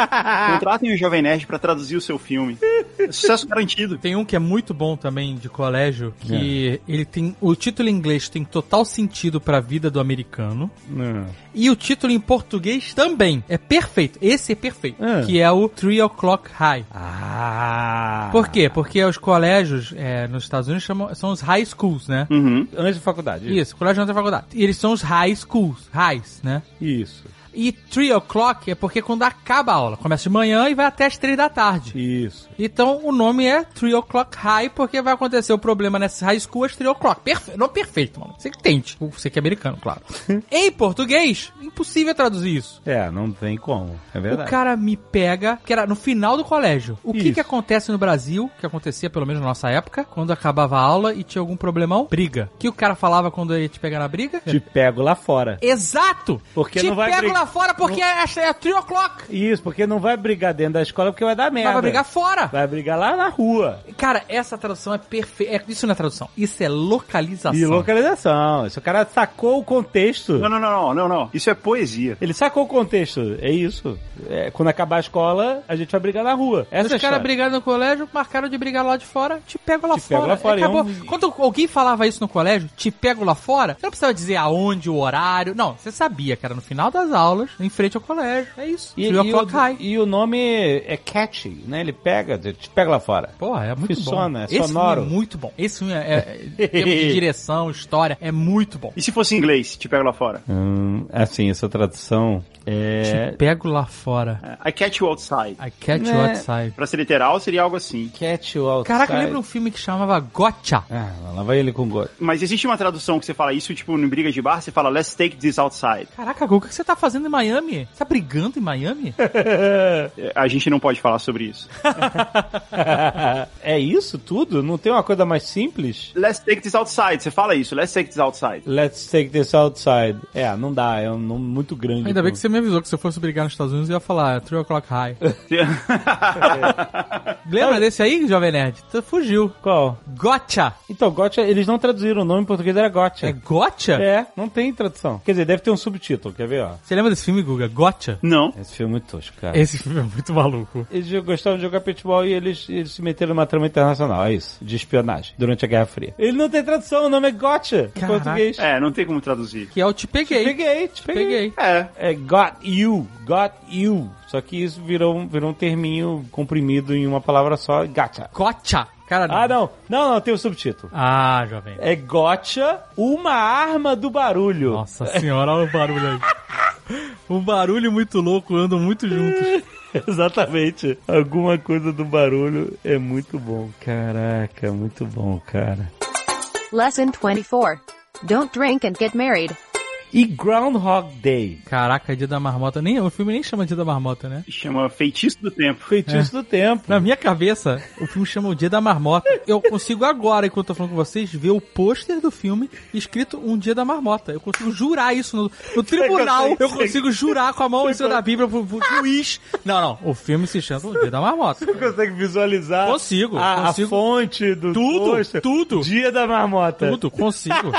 Speaker 3: contratem o Jovem Nerd pra traduzir o seu filme. É sucesso garantido.
Speaker 4: Tem um que é muito bom também de colégio, que ele tem o título em inglês tem total sentido pra vida do americano
Speaker 2: É.
Speaker 4: e o título em português também é perfeito. Esse é perfeito,
Speaker 2: Ah.
Speaker 4: que é o Three O'clock High.
Speaker 2: Ah!
Speaker 4: Por quê? Porque os colégios é, nos Estados Unidos chamam, são os high schools, né?
Speaker 3: Uhum.
Speaker 2: Hum? Antes da faculdade.
Speaker 4: Isso, colégio não da faculdade. E eles são os high schools, highs, né?
Speaker 2: Isso.
Speaker 4: E three o'clock é porque quando acaba a aula. Começa de manhã e vai até as três da tarde.
Speaker 2: Isso.
Speaker 4: Então o nome é Three O'Clock High, porque vai acontecer o problema nessa high school às Three O'Clock. Perfe... Não perfeito, mano. Você que entende. Você que é americano, claro. em português, impossível traduzir isso.
Speaker 2: É, não tem como. É
Speaker 4: O
Speaker 2: verdade.
Speaker 4: cara me pega, que era no final do colégio. O que
Speaker 2: Isso.
Speaker 4: que acontece no Brasil, que acontecia pelo menos na nossa época, quando acabava a aula e tinha algum problemão? Briga. O que o cara falava quando ia te pegar na briga?
Speaker 2: Te pego lá fora.
Speaker 4: Exato!
Speaker 2: Porque
Speaker 4: te
Speaker 2: não vai
Speaker 4: pego
Speaker 2: brigar-
Speaker 4: lá fora porque é, é, é three o'clock.
Speaker 2: Isso, porque não vai brigar dentro da escola porque vai dar merda.
Speaker 4: Mas vai brigar fora.
Speaker 2: Vai brigar lá na rua.
Speaker 4: Cara, essa tradução é perfeita. isso não é tradução. Isso é localização.
Speaker 2: E localização. Se o cara sacou o contexto.
Speaker 3: Não, não, não, não, não, não. Isso é poesia.
Speaker 2: Ele sacou o contexto. É isso. É, quando acabar a escola, a gente vai brigar na rua. Essa é a
Speaker 4: Os caras
Speaker 2: história.
Speaker 4: brigaram no colégio, marcaram de brigar lá de fora, te pego lá
Speaker 2: Te
Speaker 4: fora.
Speaker 2: pego lá fora, e
Speaker 4: Acabou.
Speaker 2: um-
Speaker 4: Quando alguém falava isso no colégio, te pego lá fora, você não precisava dizer aonde, o horário. Não, você sabia que era no final das aulas, em frente ao colégio. É isso.
Speaker 2: E,
Speaker 4: Three
Speaker 2: e
Speaker 4: o'clock high.
Speaker 2: o, e o nome é catchy, né? Ele pega, te pega lá fora.
Speaker 4: Porra, é muito
Speaker 2: Funciona, é
Speaker 4: bom. Esse
Speaker 2: sonoro.
Speaker 4: filme é muito bom. Esse filme é, é, é em termos de direção, história, é muito bom.
Speaker 3: E se fosse em inglês, te pego lá fora?
Speaker 2: Hum, assim, essa tradução é.
Speaker 4: Te pego lá fora.
Speaker 3: I catch you outside.
Speaker 4: I catch you
Speaker 2: Né?
Speaker 4: outside.
Speaker 3: Pra ser literal, seria algo assim.
Speaker 2: Catch you outside.
Speaker 4: Caraca, lembra um filme que chamava Gotcha?
Speaker 2: Ah, lá vai ele com gosto.
Speaker 3: Mas existe uma tradução que você fala isso, tipo, no briga de bar, você fala let's take this outside.
Speaker 4: Caraca, Guga, o que você tá fazendo em Miami? Você tá brigando em Miami?
Speaker 3: É, A gente não pode falar sobre isso.
Speaker 2: é isso tudo? Não tem uma coisa mais simples?
Speaker 3: Let's take this outside. Você fala isso, let's take this outside.
Speaker 2: Let's take this outside. É, não dá, é um nome muito grande.
Speaker 4: Ainda bem
Speaker 2: pô.
Speaker 4: que você me avisou que se eu fosse brigar nos Estados Unidos, eu ia falar 3 o'clock high. Lembra desse aí, Jovem Nerd? Tu fugiu.
Speaker 2: Qual?
Speaker 4: Gotcha!
Speaker 2: Então, gotcha, eles não traduziram o nome em português, era gotcha.
Speaker 4: É gotcha?
Speaker 2: É, não tem tradução. Quer dizer, deve ter um subtítulo, quer ver, ó.
Speaker 4: Você lembra desse filme, Guga? Gotcha?
Speaker 3: Não.
Speaker 2: Esse filme é muito tosco, cara.
Speaker 4: Esse filme é muito maluco.
Speaker 2: Eles gostavam de jogar futebol e eles, eles se meteram numa trama internacional, é isso, de espionagem, durante a Guerra Fria. Ele não tem tradução, o nome é gotcha em
Speaker 4: Caraca.
Speaker 2: português.
Speaker 3: É, não tem como traduzir.
Speaker 4: Que é o Te Peguei.
Speaker 2: Peguei, te peguei.
Speaker 4: Peguei.
Speaker 3: É.
Speaker 2: É got you, got you. Só que isso virou, um- virou um terminho comprimido em uma palavra só, gotcha.
Speaker 4: Gotcha! Cara,
Speaker 2: Ah, não, não, não, tem o subtítulo.
Speaker 4: Ah, Jovem.
Speaker 2: É gotcha, uma arma do barulho.
Speaker 4: Nossa senhora, olha o barulho aí. Um barulho muito louco, andam muito juntos.
Speaker 2: Exatamente. Alguma coisa do barulho é muito bom. Caraca, muito bom, cara.
Speaker 5: Lesson 24. Don't drink and get married.
Speaker 2: E Groundhog Day.
Speaker 4: Caraca, Dia da Marmota. Nem, o filme nem chama Dia da Marmota, né?
Speaker 3: Chama feitiço do tempo.
Speaker 2: Feitiço do
Speaker 4: É.
Speaker 2: tempo.
Speaker 4: Na minha cabeça, o filme chama O Dia da Marmota. Eu consigo agora, enquanto eu tô falando com vocês, ver o pôster do filme escrito Um Dia da Marmota. Eu consigo jurar isso no, no tribunal. Eu consigo jurar com a mão em cima da Bíblia pro, pro juiz. Não, não. O filme se chama O Dia da Marmota.
Speaker 2: consegue visualizar
Speaker 4: Consigo,
Speaker 2: a, a
Speaker 4: consigo.
Speaker 2: fonte do
Speaker 4: Tudo,
Speaker 2: pôster?
Speaker 4: tudo.
Speaker 2: Dia da marmota.
Speaker 4: Tudo, consigo.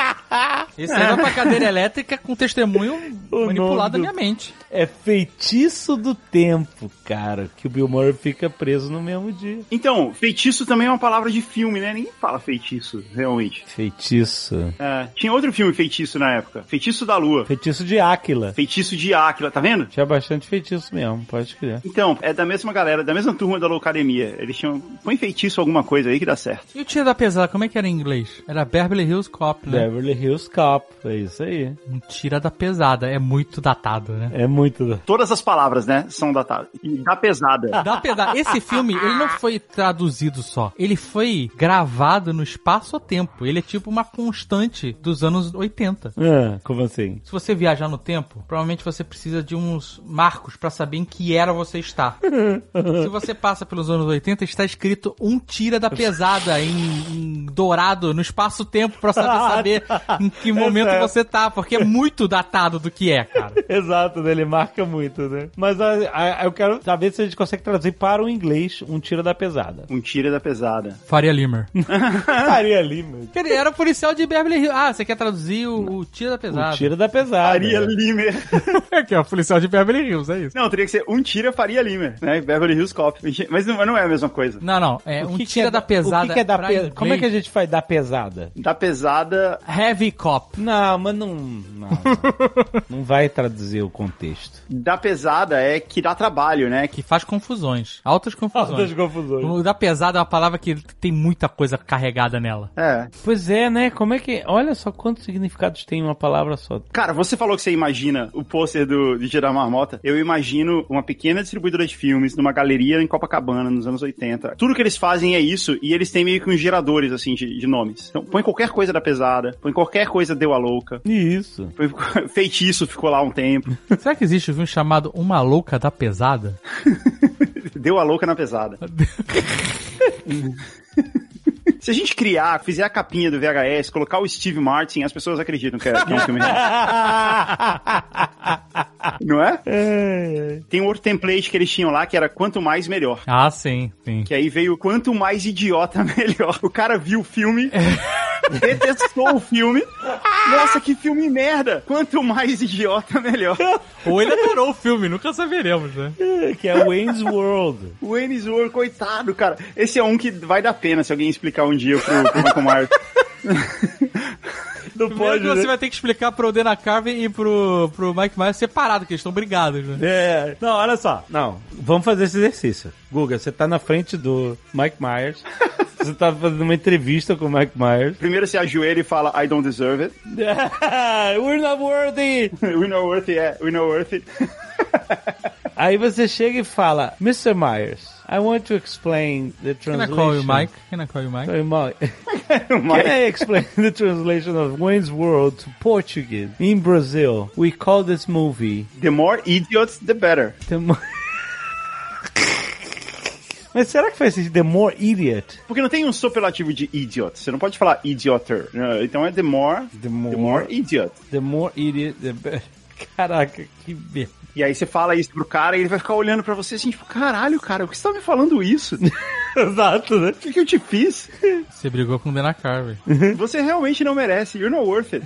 Speaker 4: Esse aí vai pra cadeira elétrica com testemunho
Speaker 2: O
Speaker 4: manipulado
Speaker 2: nome
Speaker 4: da
Speaker 2: do-
Speaker 4: minha mente.
Speaker 2: É feitiço do tempo, cara, que o Bill Murray fica preso no mesmo dia.
Speaker 3: Então, feitiço também é uma palavra de filme, né? Ninguém fala feitiço, realmente.
Speaker 2: Feitiço.
Speaker 3: É, tinha outro filme feitiço na época. Feitiço da Lua.
Speaker 2: Feitiço de Áquila.
Speaker 3: Feitiço de Áquila, tá vendo?
Speaker 2: Tinha bastante feitiço mesmo, pode crer.
Speaker 3: Então, é da mesma galera, da mesma turma da Loucademia. Eles tinham. Põe feitiço alguma coisa aí que dá certo.
Speaker 4: E o Tia da Pesada, como é que era em inglês? Era Beverly Hills Cop, né?
Speaker 2: Beverly Hills Cop, é isso aí.
Speaker 4: Um Tira da Pesada. É muito datado, né?
Speaker 2: É muito.
Speaker 3: Todas as palavras, né? São datadas. E dá pesada.
Speaker 4: Dá pesar. Esse filme, ele não foi traduzido só. Ele foi gravado no espaço-tempo. Ele é tipo uma constante dos anos 80.
Speaker 2: Ah, como assim?
Speaker 4: Se você viajar no tempo, provavelmente você precisa de uns marcos pra saber em que era você está. Se você passa pelos anos 80, está escrito um tira da pesada em, em dourado no espaço-tempo pra saber, saber em que que momento
Speaker 1: Exato.
Speaker 4: você tá, porque é muito datado do que é, cara.
Speaker 1: Exato, né? ele marca muito, né? Mas a- a- eu quero saber se a gente consegue traduzir para o inglês um tiro da pesada.
Speaker 3: Um tira da pesada.
Speaker 4: Faria Limer.
Speaker 2: Ah,
Speaker 1: Faria Lima.
Speaker 4: Ele era um policial de Beverly Hills. Ah, você quer traduzir o, o tiro da pesada?
Speaker 2: Um tiro da pesada.
Speaker 3: Faria Limer.
Speaker 4: É que é o policial de Beverly Hills, é isso.
Speaker 3: Não, teria que ser um tira Faria Limer, né? Beverly Hills Cop. Mas não, mas não é a mesma coisa.
Speaker 4: Não, não. É
Speaker 2: O
Speaker 4: um
Speaker 2: que que
Speaker 4: tira
Speaker 2: é
Speaker 4: da pesada.
Speaker 2: O que que é da
Speaker 4: pra
Speaker 2: pe-
Speaker 4: inglês.
Speaker 2: Como é que a gente faz da pesada?
Speaker 3: Da pesada,
Speaker 4: Heavy cop.
Speaker 2: Não, mas não. Não, não. Não vai traduzir o contexto.
Speaker 3: da pesada é que dá trabalho, né? Que
Speaker 4: Que faz confusões. Altas confusões.
Speaker 1: Altas confusões.
Speaker 4: O da pesada é uma palavra que tem muita coisa carregada nela.
Speaker 3: é.
Speaker 2: Pois é, né? Como é que. Olha só quantos significados tem uma palavra só.
Speaker 3: Cara, você falou que você imagina o pôster do de Dia da Marmota. Eu imagino uma pequena distribuidora de filmes numa galeria em Copacabana nos anos 80. Tudo que eles fazem é isso e eles têm meio que uns geradores assim de, de nomes. Então põe qualquer coisa da pesada, põe qualquer coisa deu a louca.
Speaker 2: Isso.
Speaker 3: põe- Feitiço ficou lá um tempo.
Speaker 4: Será que existe um filme chamado Uma Louca da Pesada?
Speaker 3: Deu a louca na pesada. Se a gente criar, fizer a capinha do VHS, colocar o Steve Martin, as pessoas acreditam que é, que é um filme real.
Speaker 4: Ah,
Speaker 3: Não é? Tem um outro template que eles tinham lá que era quanto mais melhor.
Speaker 4: Ah, sim, sim.
Speaker 3: Que aí veio quanto mais idiota melhor. O cara viu o filme, É. detestou o filme. Ah! Nossa, que filme merda! Quanto mais idiota melhor.
Speaker 4: Ou ele adorou o filme, nunca saberemos, né?
Speaker 2: Que é Wayne's World.
Speaker 3: O Ennis World, coitado, cara. Esse é um que vai dar pena se alguém explicar um dia pro, pro Michael Myers.
Speaker 2: Não
Speaker 4: Primeiro que você vai ter que explicar pro Dana Carvey e pro, pro Mike Myers separado, que eles estão brigados, né?
Speaker 2: É. Não, olha só. Não, vamos fazer esse exercício. Guga, você tá na frente do Mike Myers. Você tá fazendo uma entrevista com o Mike Myers.
Speaker 3: Primeiro se ajoelha e fala, I don't deserve it.
Speaker 2: We're not worthy!
Speaker 3: We know worth it, yeah. We know worth it.
Speaker 2: Aí você chega e fala, Mr. Myers, I want to explain the
Speaker 4: Can I
Speaker 2: translation.
Speaker 4: call you é Mike? Can I call you Mike?
Speaker 2: Sorry, Mike. Can
Speaker 3: Mas
Speaker 2: I explain the translation of Wayne's World to Portuguese? In Brazil, we call this movie
Speaker 3: the more idiots, the better.
Speaker 2: The Mo- Mas será que faz sentido The More Idiot?
Speaker 3: Porque não tem um superlativo de idiot. Você não pode falar idioter. Não, Então é the more,
Speaker 2: The more-
Speaker 3: the more idiot.
Speaker 2: The More Idiot, the better. Caraca, que merda.
Speaker 3: E aí você fala isso pro cara e ele vai ficar olhando pra você assim, tipo, caralho, cara, por que você tá me falando isso? O
Speaker 2: Exato, né?
Speaker 3: que, que eu te fiz?
Speaker 2: É.
Speaker 4: Você brigou com o Dana Carvey.
Speaker 3: Você realmente não merece. You're not worth it.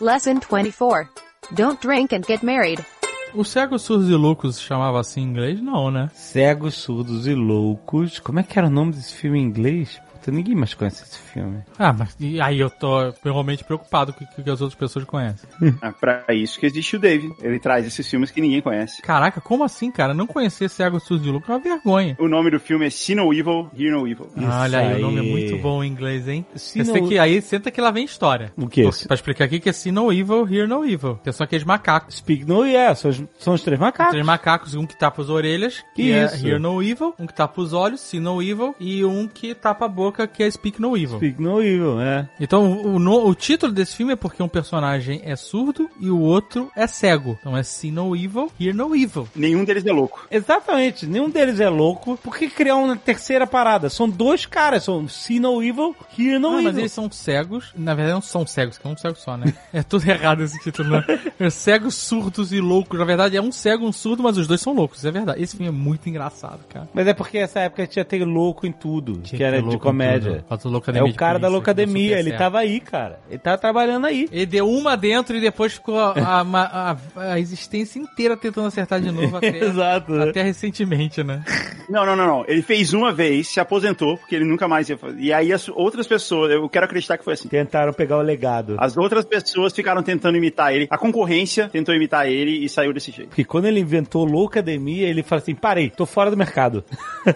Speaker 5: Lesson 24. Don't drink and get married.
Speaker 4: O cego surdos e loucos chamava assim em inglês? Não, né?
Speaker 2: Cegos, surdos e loucos. Como é que era o nome desse filme em inglês? Puta, ninguém mais conhece esse filme.
Speaker 4: Ah, mas e aí eu tô realmente preocupado com o que que as outras pessoas conhecem.
Speaker 3: É pra isso que existe o Dave. Ele traz esses filmes que ninguém conhece.
Speaker 4: Caraca, como assim, cara? Não conhecer cego surdos e loucos é uma vergonha.
Speaker 3: O nome do filme é See No Evil, Hear No Evil.
Speaker 4: Olha aí, o nome é
Speaker 2: aí.
Speaker 4: muito bom em inglês, hein?
Speaker 2: Se
Speaker 4: Você
Speaker 2: não-
Speaker 4: que aí senta que lá vem história.
Speaker 2: O que?
Speaker 4: Pra explicar aqui que é See No Evil, Hear No Evil. Que são aqueles macacos.
Speaker 2: Speak No Yeah, são os, são os três macacos.
Speaker 4: Três macacos, um que tapa as orelhas, que
Speaker 2: Isso.
Speaker 4: é Hear No Evil, um que tapa os olhos, See No Evil, e um que tapa a boca, que é Speak No Evil.
Speaker 2: Speak No Evil, é.
Speaker 4: Então, o, no- o título desse filme é porque um personagem é surdo e o outro é cego. Então é See No Evil, Hear No Evil.
Speaker 3: Nenhum deles é louco.
Speaker 2: Exatamente, nenhum deles é louco. Por que criar uma terceira parada? São dois caras, são See No Evil, Hear No
Speaker 4: Não,
Speaker 2: Evil.
Speaker 4: Ah, mas eles são cegos. Na verdade, não são cegos, que é um cego só, né? É tudo errado esse título, né? É cegos, surdos e loucos. Na verdade, é um cego e um surdo, mas os dois são loucos. Isso é verdade. Esse filme é muito engraçado, cara.
Speaker 2: Mas é porque essa época tinha ter louco em tudo, que
Speaker 4: Tinha
Speaker 2: era
Speaker 4: ter
Speaker 2: de
Speaker 4: é louco em
Speaker 2: comédia.
Speaker 4: tudo. Faz o Loucademia
Speaker 2: É o
Speaker 4: de
Speaker 2: cara da
Speaker 4: polícia, né? que
Speaker 2: Loucademia,
Speaker 4: deu
Speaker 2: ele
Speaker 4: super
Speaker 2: tava aí, cara. Ele tava trabalhando aí.
Speaker 4: Ele deu uma dentro e depois ficou a, a- a- a existência inteira tentando acertar de novo até,
Speaker 2: Exato, né?
Speaker 4: até recentemente, né?
Speaker 3: Não, não, não, não. Ele fez uma vez, se aposentou, porque ele nunca mais ia fazer. E aí as outras pessoas, eu quero acreditar que foi assim.
Speaker 2: Tentaram pegar o legado.
Speaker 3: As outras pessoas ficaram tentando imitar ele. A concorrência tentou imitar ele e saiu desse jeito.
Speaker 2: Porque quando ele inventou Loucademia, ele fala assim: parei, tô fora do mercado.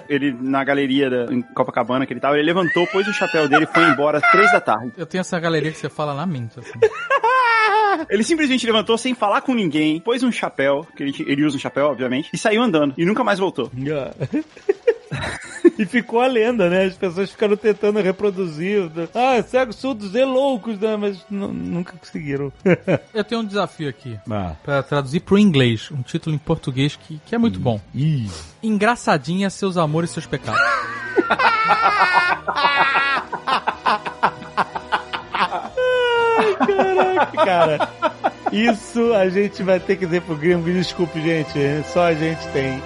Speaker 3: Ele, na galeria da, em Copacabana que ele tava, ele levantou, pôs o chapéu dele e foi embora às três da tarde.
Speaker 4: Eu tenho essa galeria que você fala na mente, assim.
Speaker 3: Ele simplesmente levantou sem falar com ninguém, pôs um chapéu, que ele, ti- ele usa um chapéu, obviamente, e saiu andando. E nunca mais voltou.
Speaker 2: e ficou a lenda, né? As pessoas ficaram tentando reproduzir. Ah, cegos, surdos e loucos, né? Mas nu- nunca conseguiram.
Speaker 4: Eu tenho um desafio aqui.
Speaker 2: Ah.
Speaker 4: Pra traduzir pro inglês, um título em português que, que é muito bom. Engraçadinha, seus amores e seus pecados.
Speaker 2: cara. Isso a gente vai ter que dizer pro gringo, desculpe, gente, só a gente tem.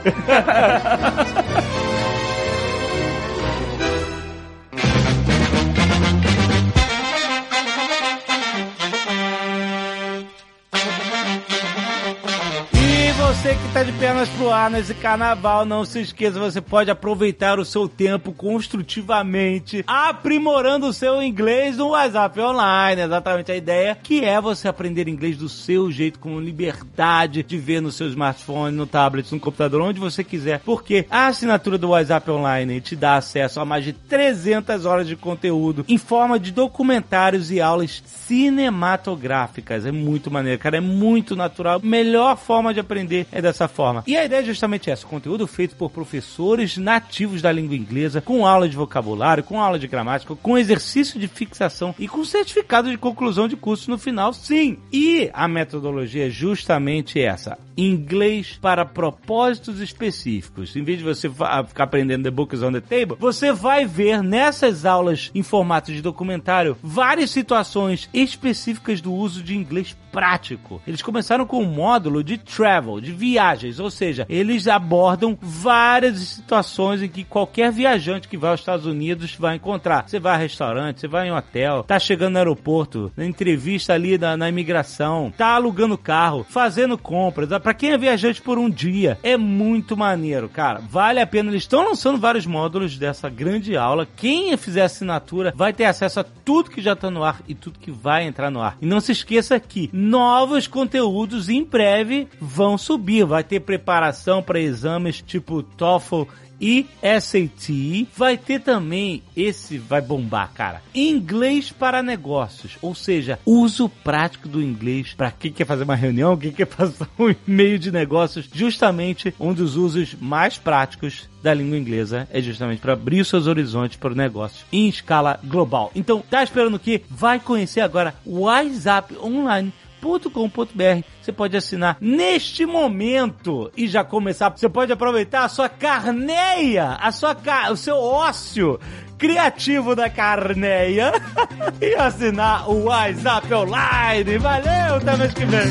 Speaker 2: E Você que tá de pernas pro ar nesse carnaval, não se esqueça, você pode aproveitar o seu tempo construtivamente, aprimorando o seu inglês no WhatsApp online. Exatamente a ideia que é você aprender inglês do seu jeito, com liberdade de ver no seu smartphone, no tablet, no computador, onde você quiser, porque a assinatura do WhatsApp online te dá acesso a mais de 300 horas de conteúdo em forma de documentários e aulas cinematográficas. É muito maneiro, cara, é muito natural. Melhor forma de aprender é dessa forma. E a ideia é justamente essa: conteúdo feito por professores nativos da língua inglesa, com aula de vocabulário, com aula de gramática, com exercício de fixação e com certificado de conclusão de curso no final, sim. E a metodologia é justamente essa: inglês para propósitos específicos. Em vez de você fa- ficar aprendendo The Books on the Table, você vai ver nessas aulas em formato de documentário várias situações específicas do uso de inglês prático. Eles começaram com um módulo de travel, de viagens, ou seja, eles abordam várias situações em que qualquer viajante que vai aos Estados Unidos vai encontrar. Você vai a restaurante, você vai em hotel, tá chegando no aeroporto, na entrevista ali na, na imigração, tá alugando carro, fazendo compras. Pra quem é viajante por um dia, é muito maneiro, cara. Vale a pena. Eles estão lançando vários módulos dessa grande aula. Quem fizer assinatura vai ter acesso a tudo que já tá no ar e tudo que vai entrar no ar. E não se esqueça que novos conteúdos em breve vão subir. Vai ter preparação para exames tipo TOEFL e SAT. Vai ter também esse vai bombar, cara. Inglês para negócios, ou seja, uso prático do inglês para quem quer fazer uma reunião, quem quer passar um e-mail de negócios, justamente um dos usos mais práticos da língua inglesa é justamente para abrir seus horizontes para o negócio em escala global. Então, tá esperando o quê? Vai conhecer agora o WhatsApp online com.br Você pode assinar neste momento e já começar. Você pode aproveitar a sua carneia, a sua ca- o seu ócio criativo da carneia e assinar o WhatsApp online. Valeu, até mês que vem.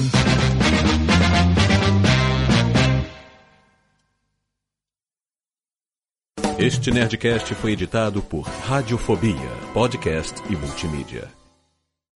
Speaker 7: Este Nerdcast foi editado por Radiofobia, podcast e multimídia.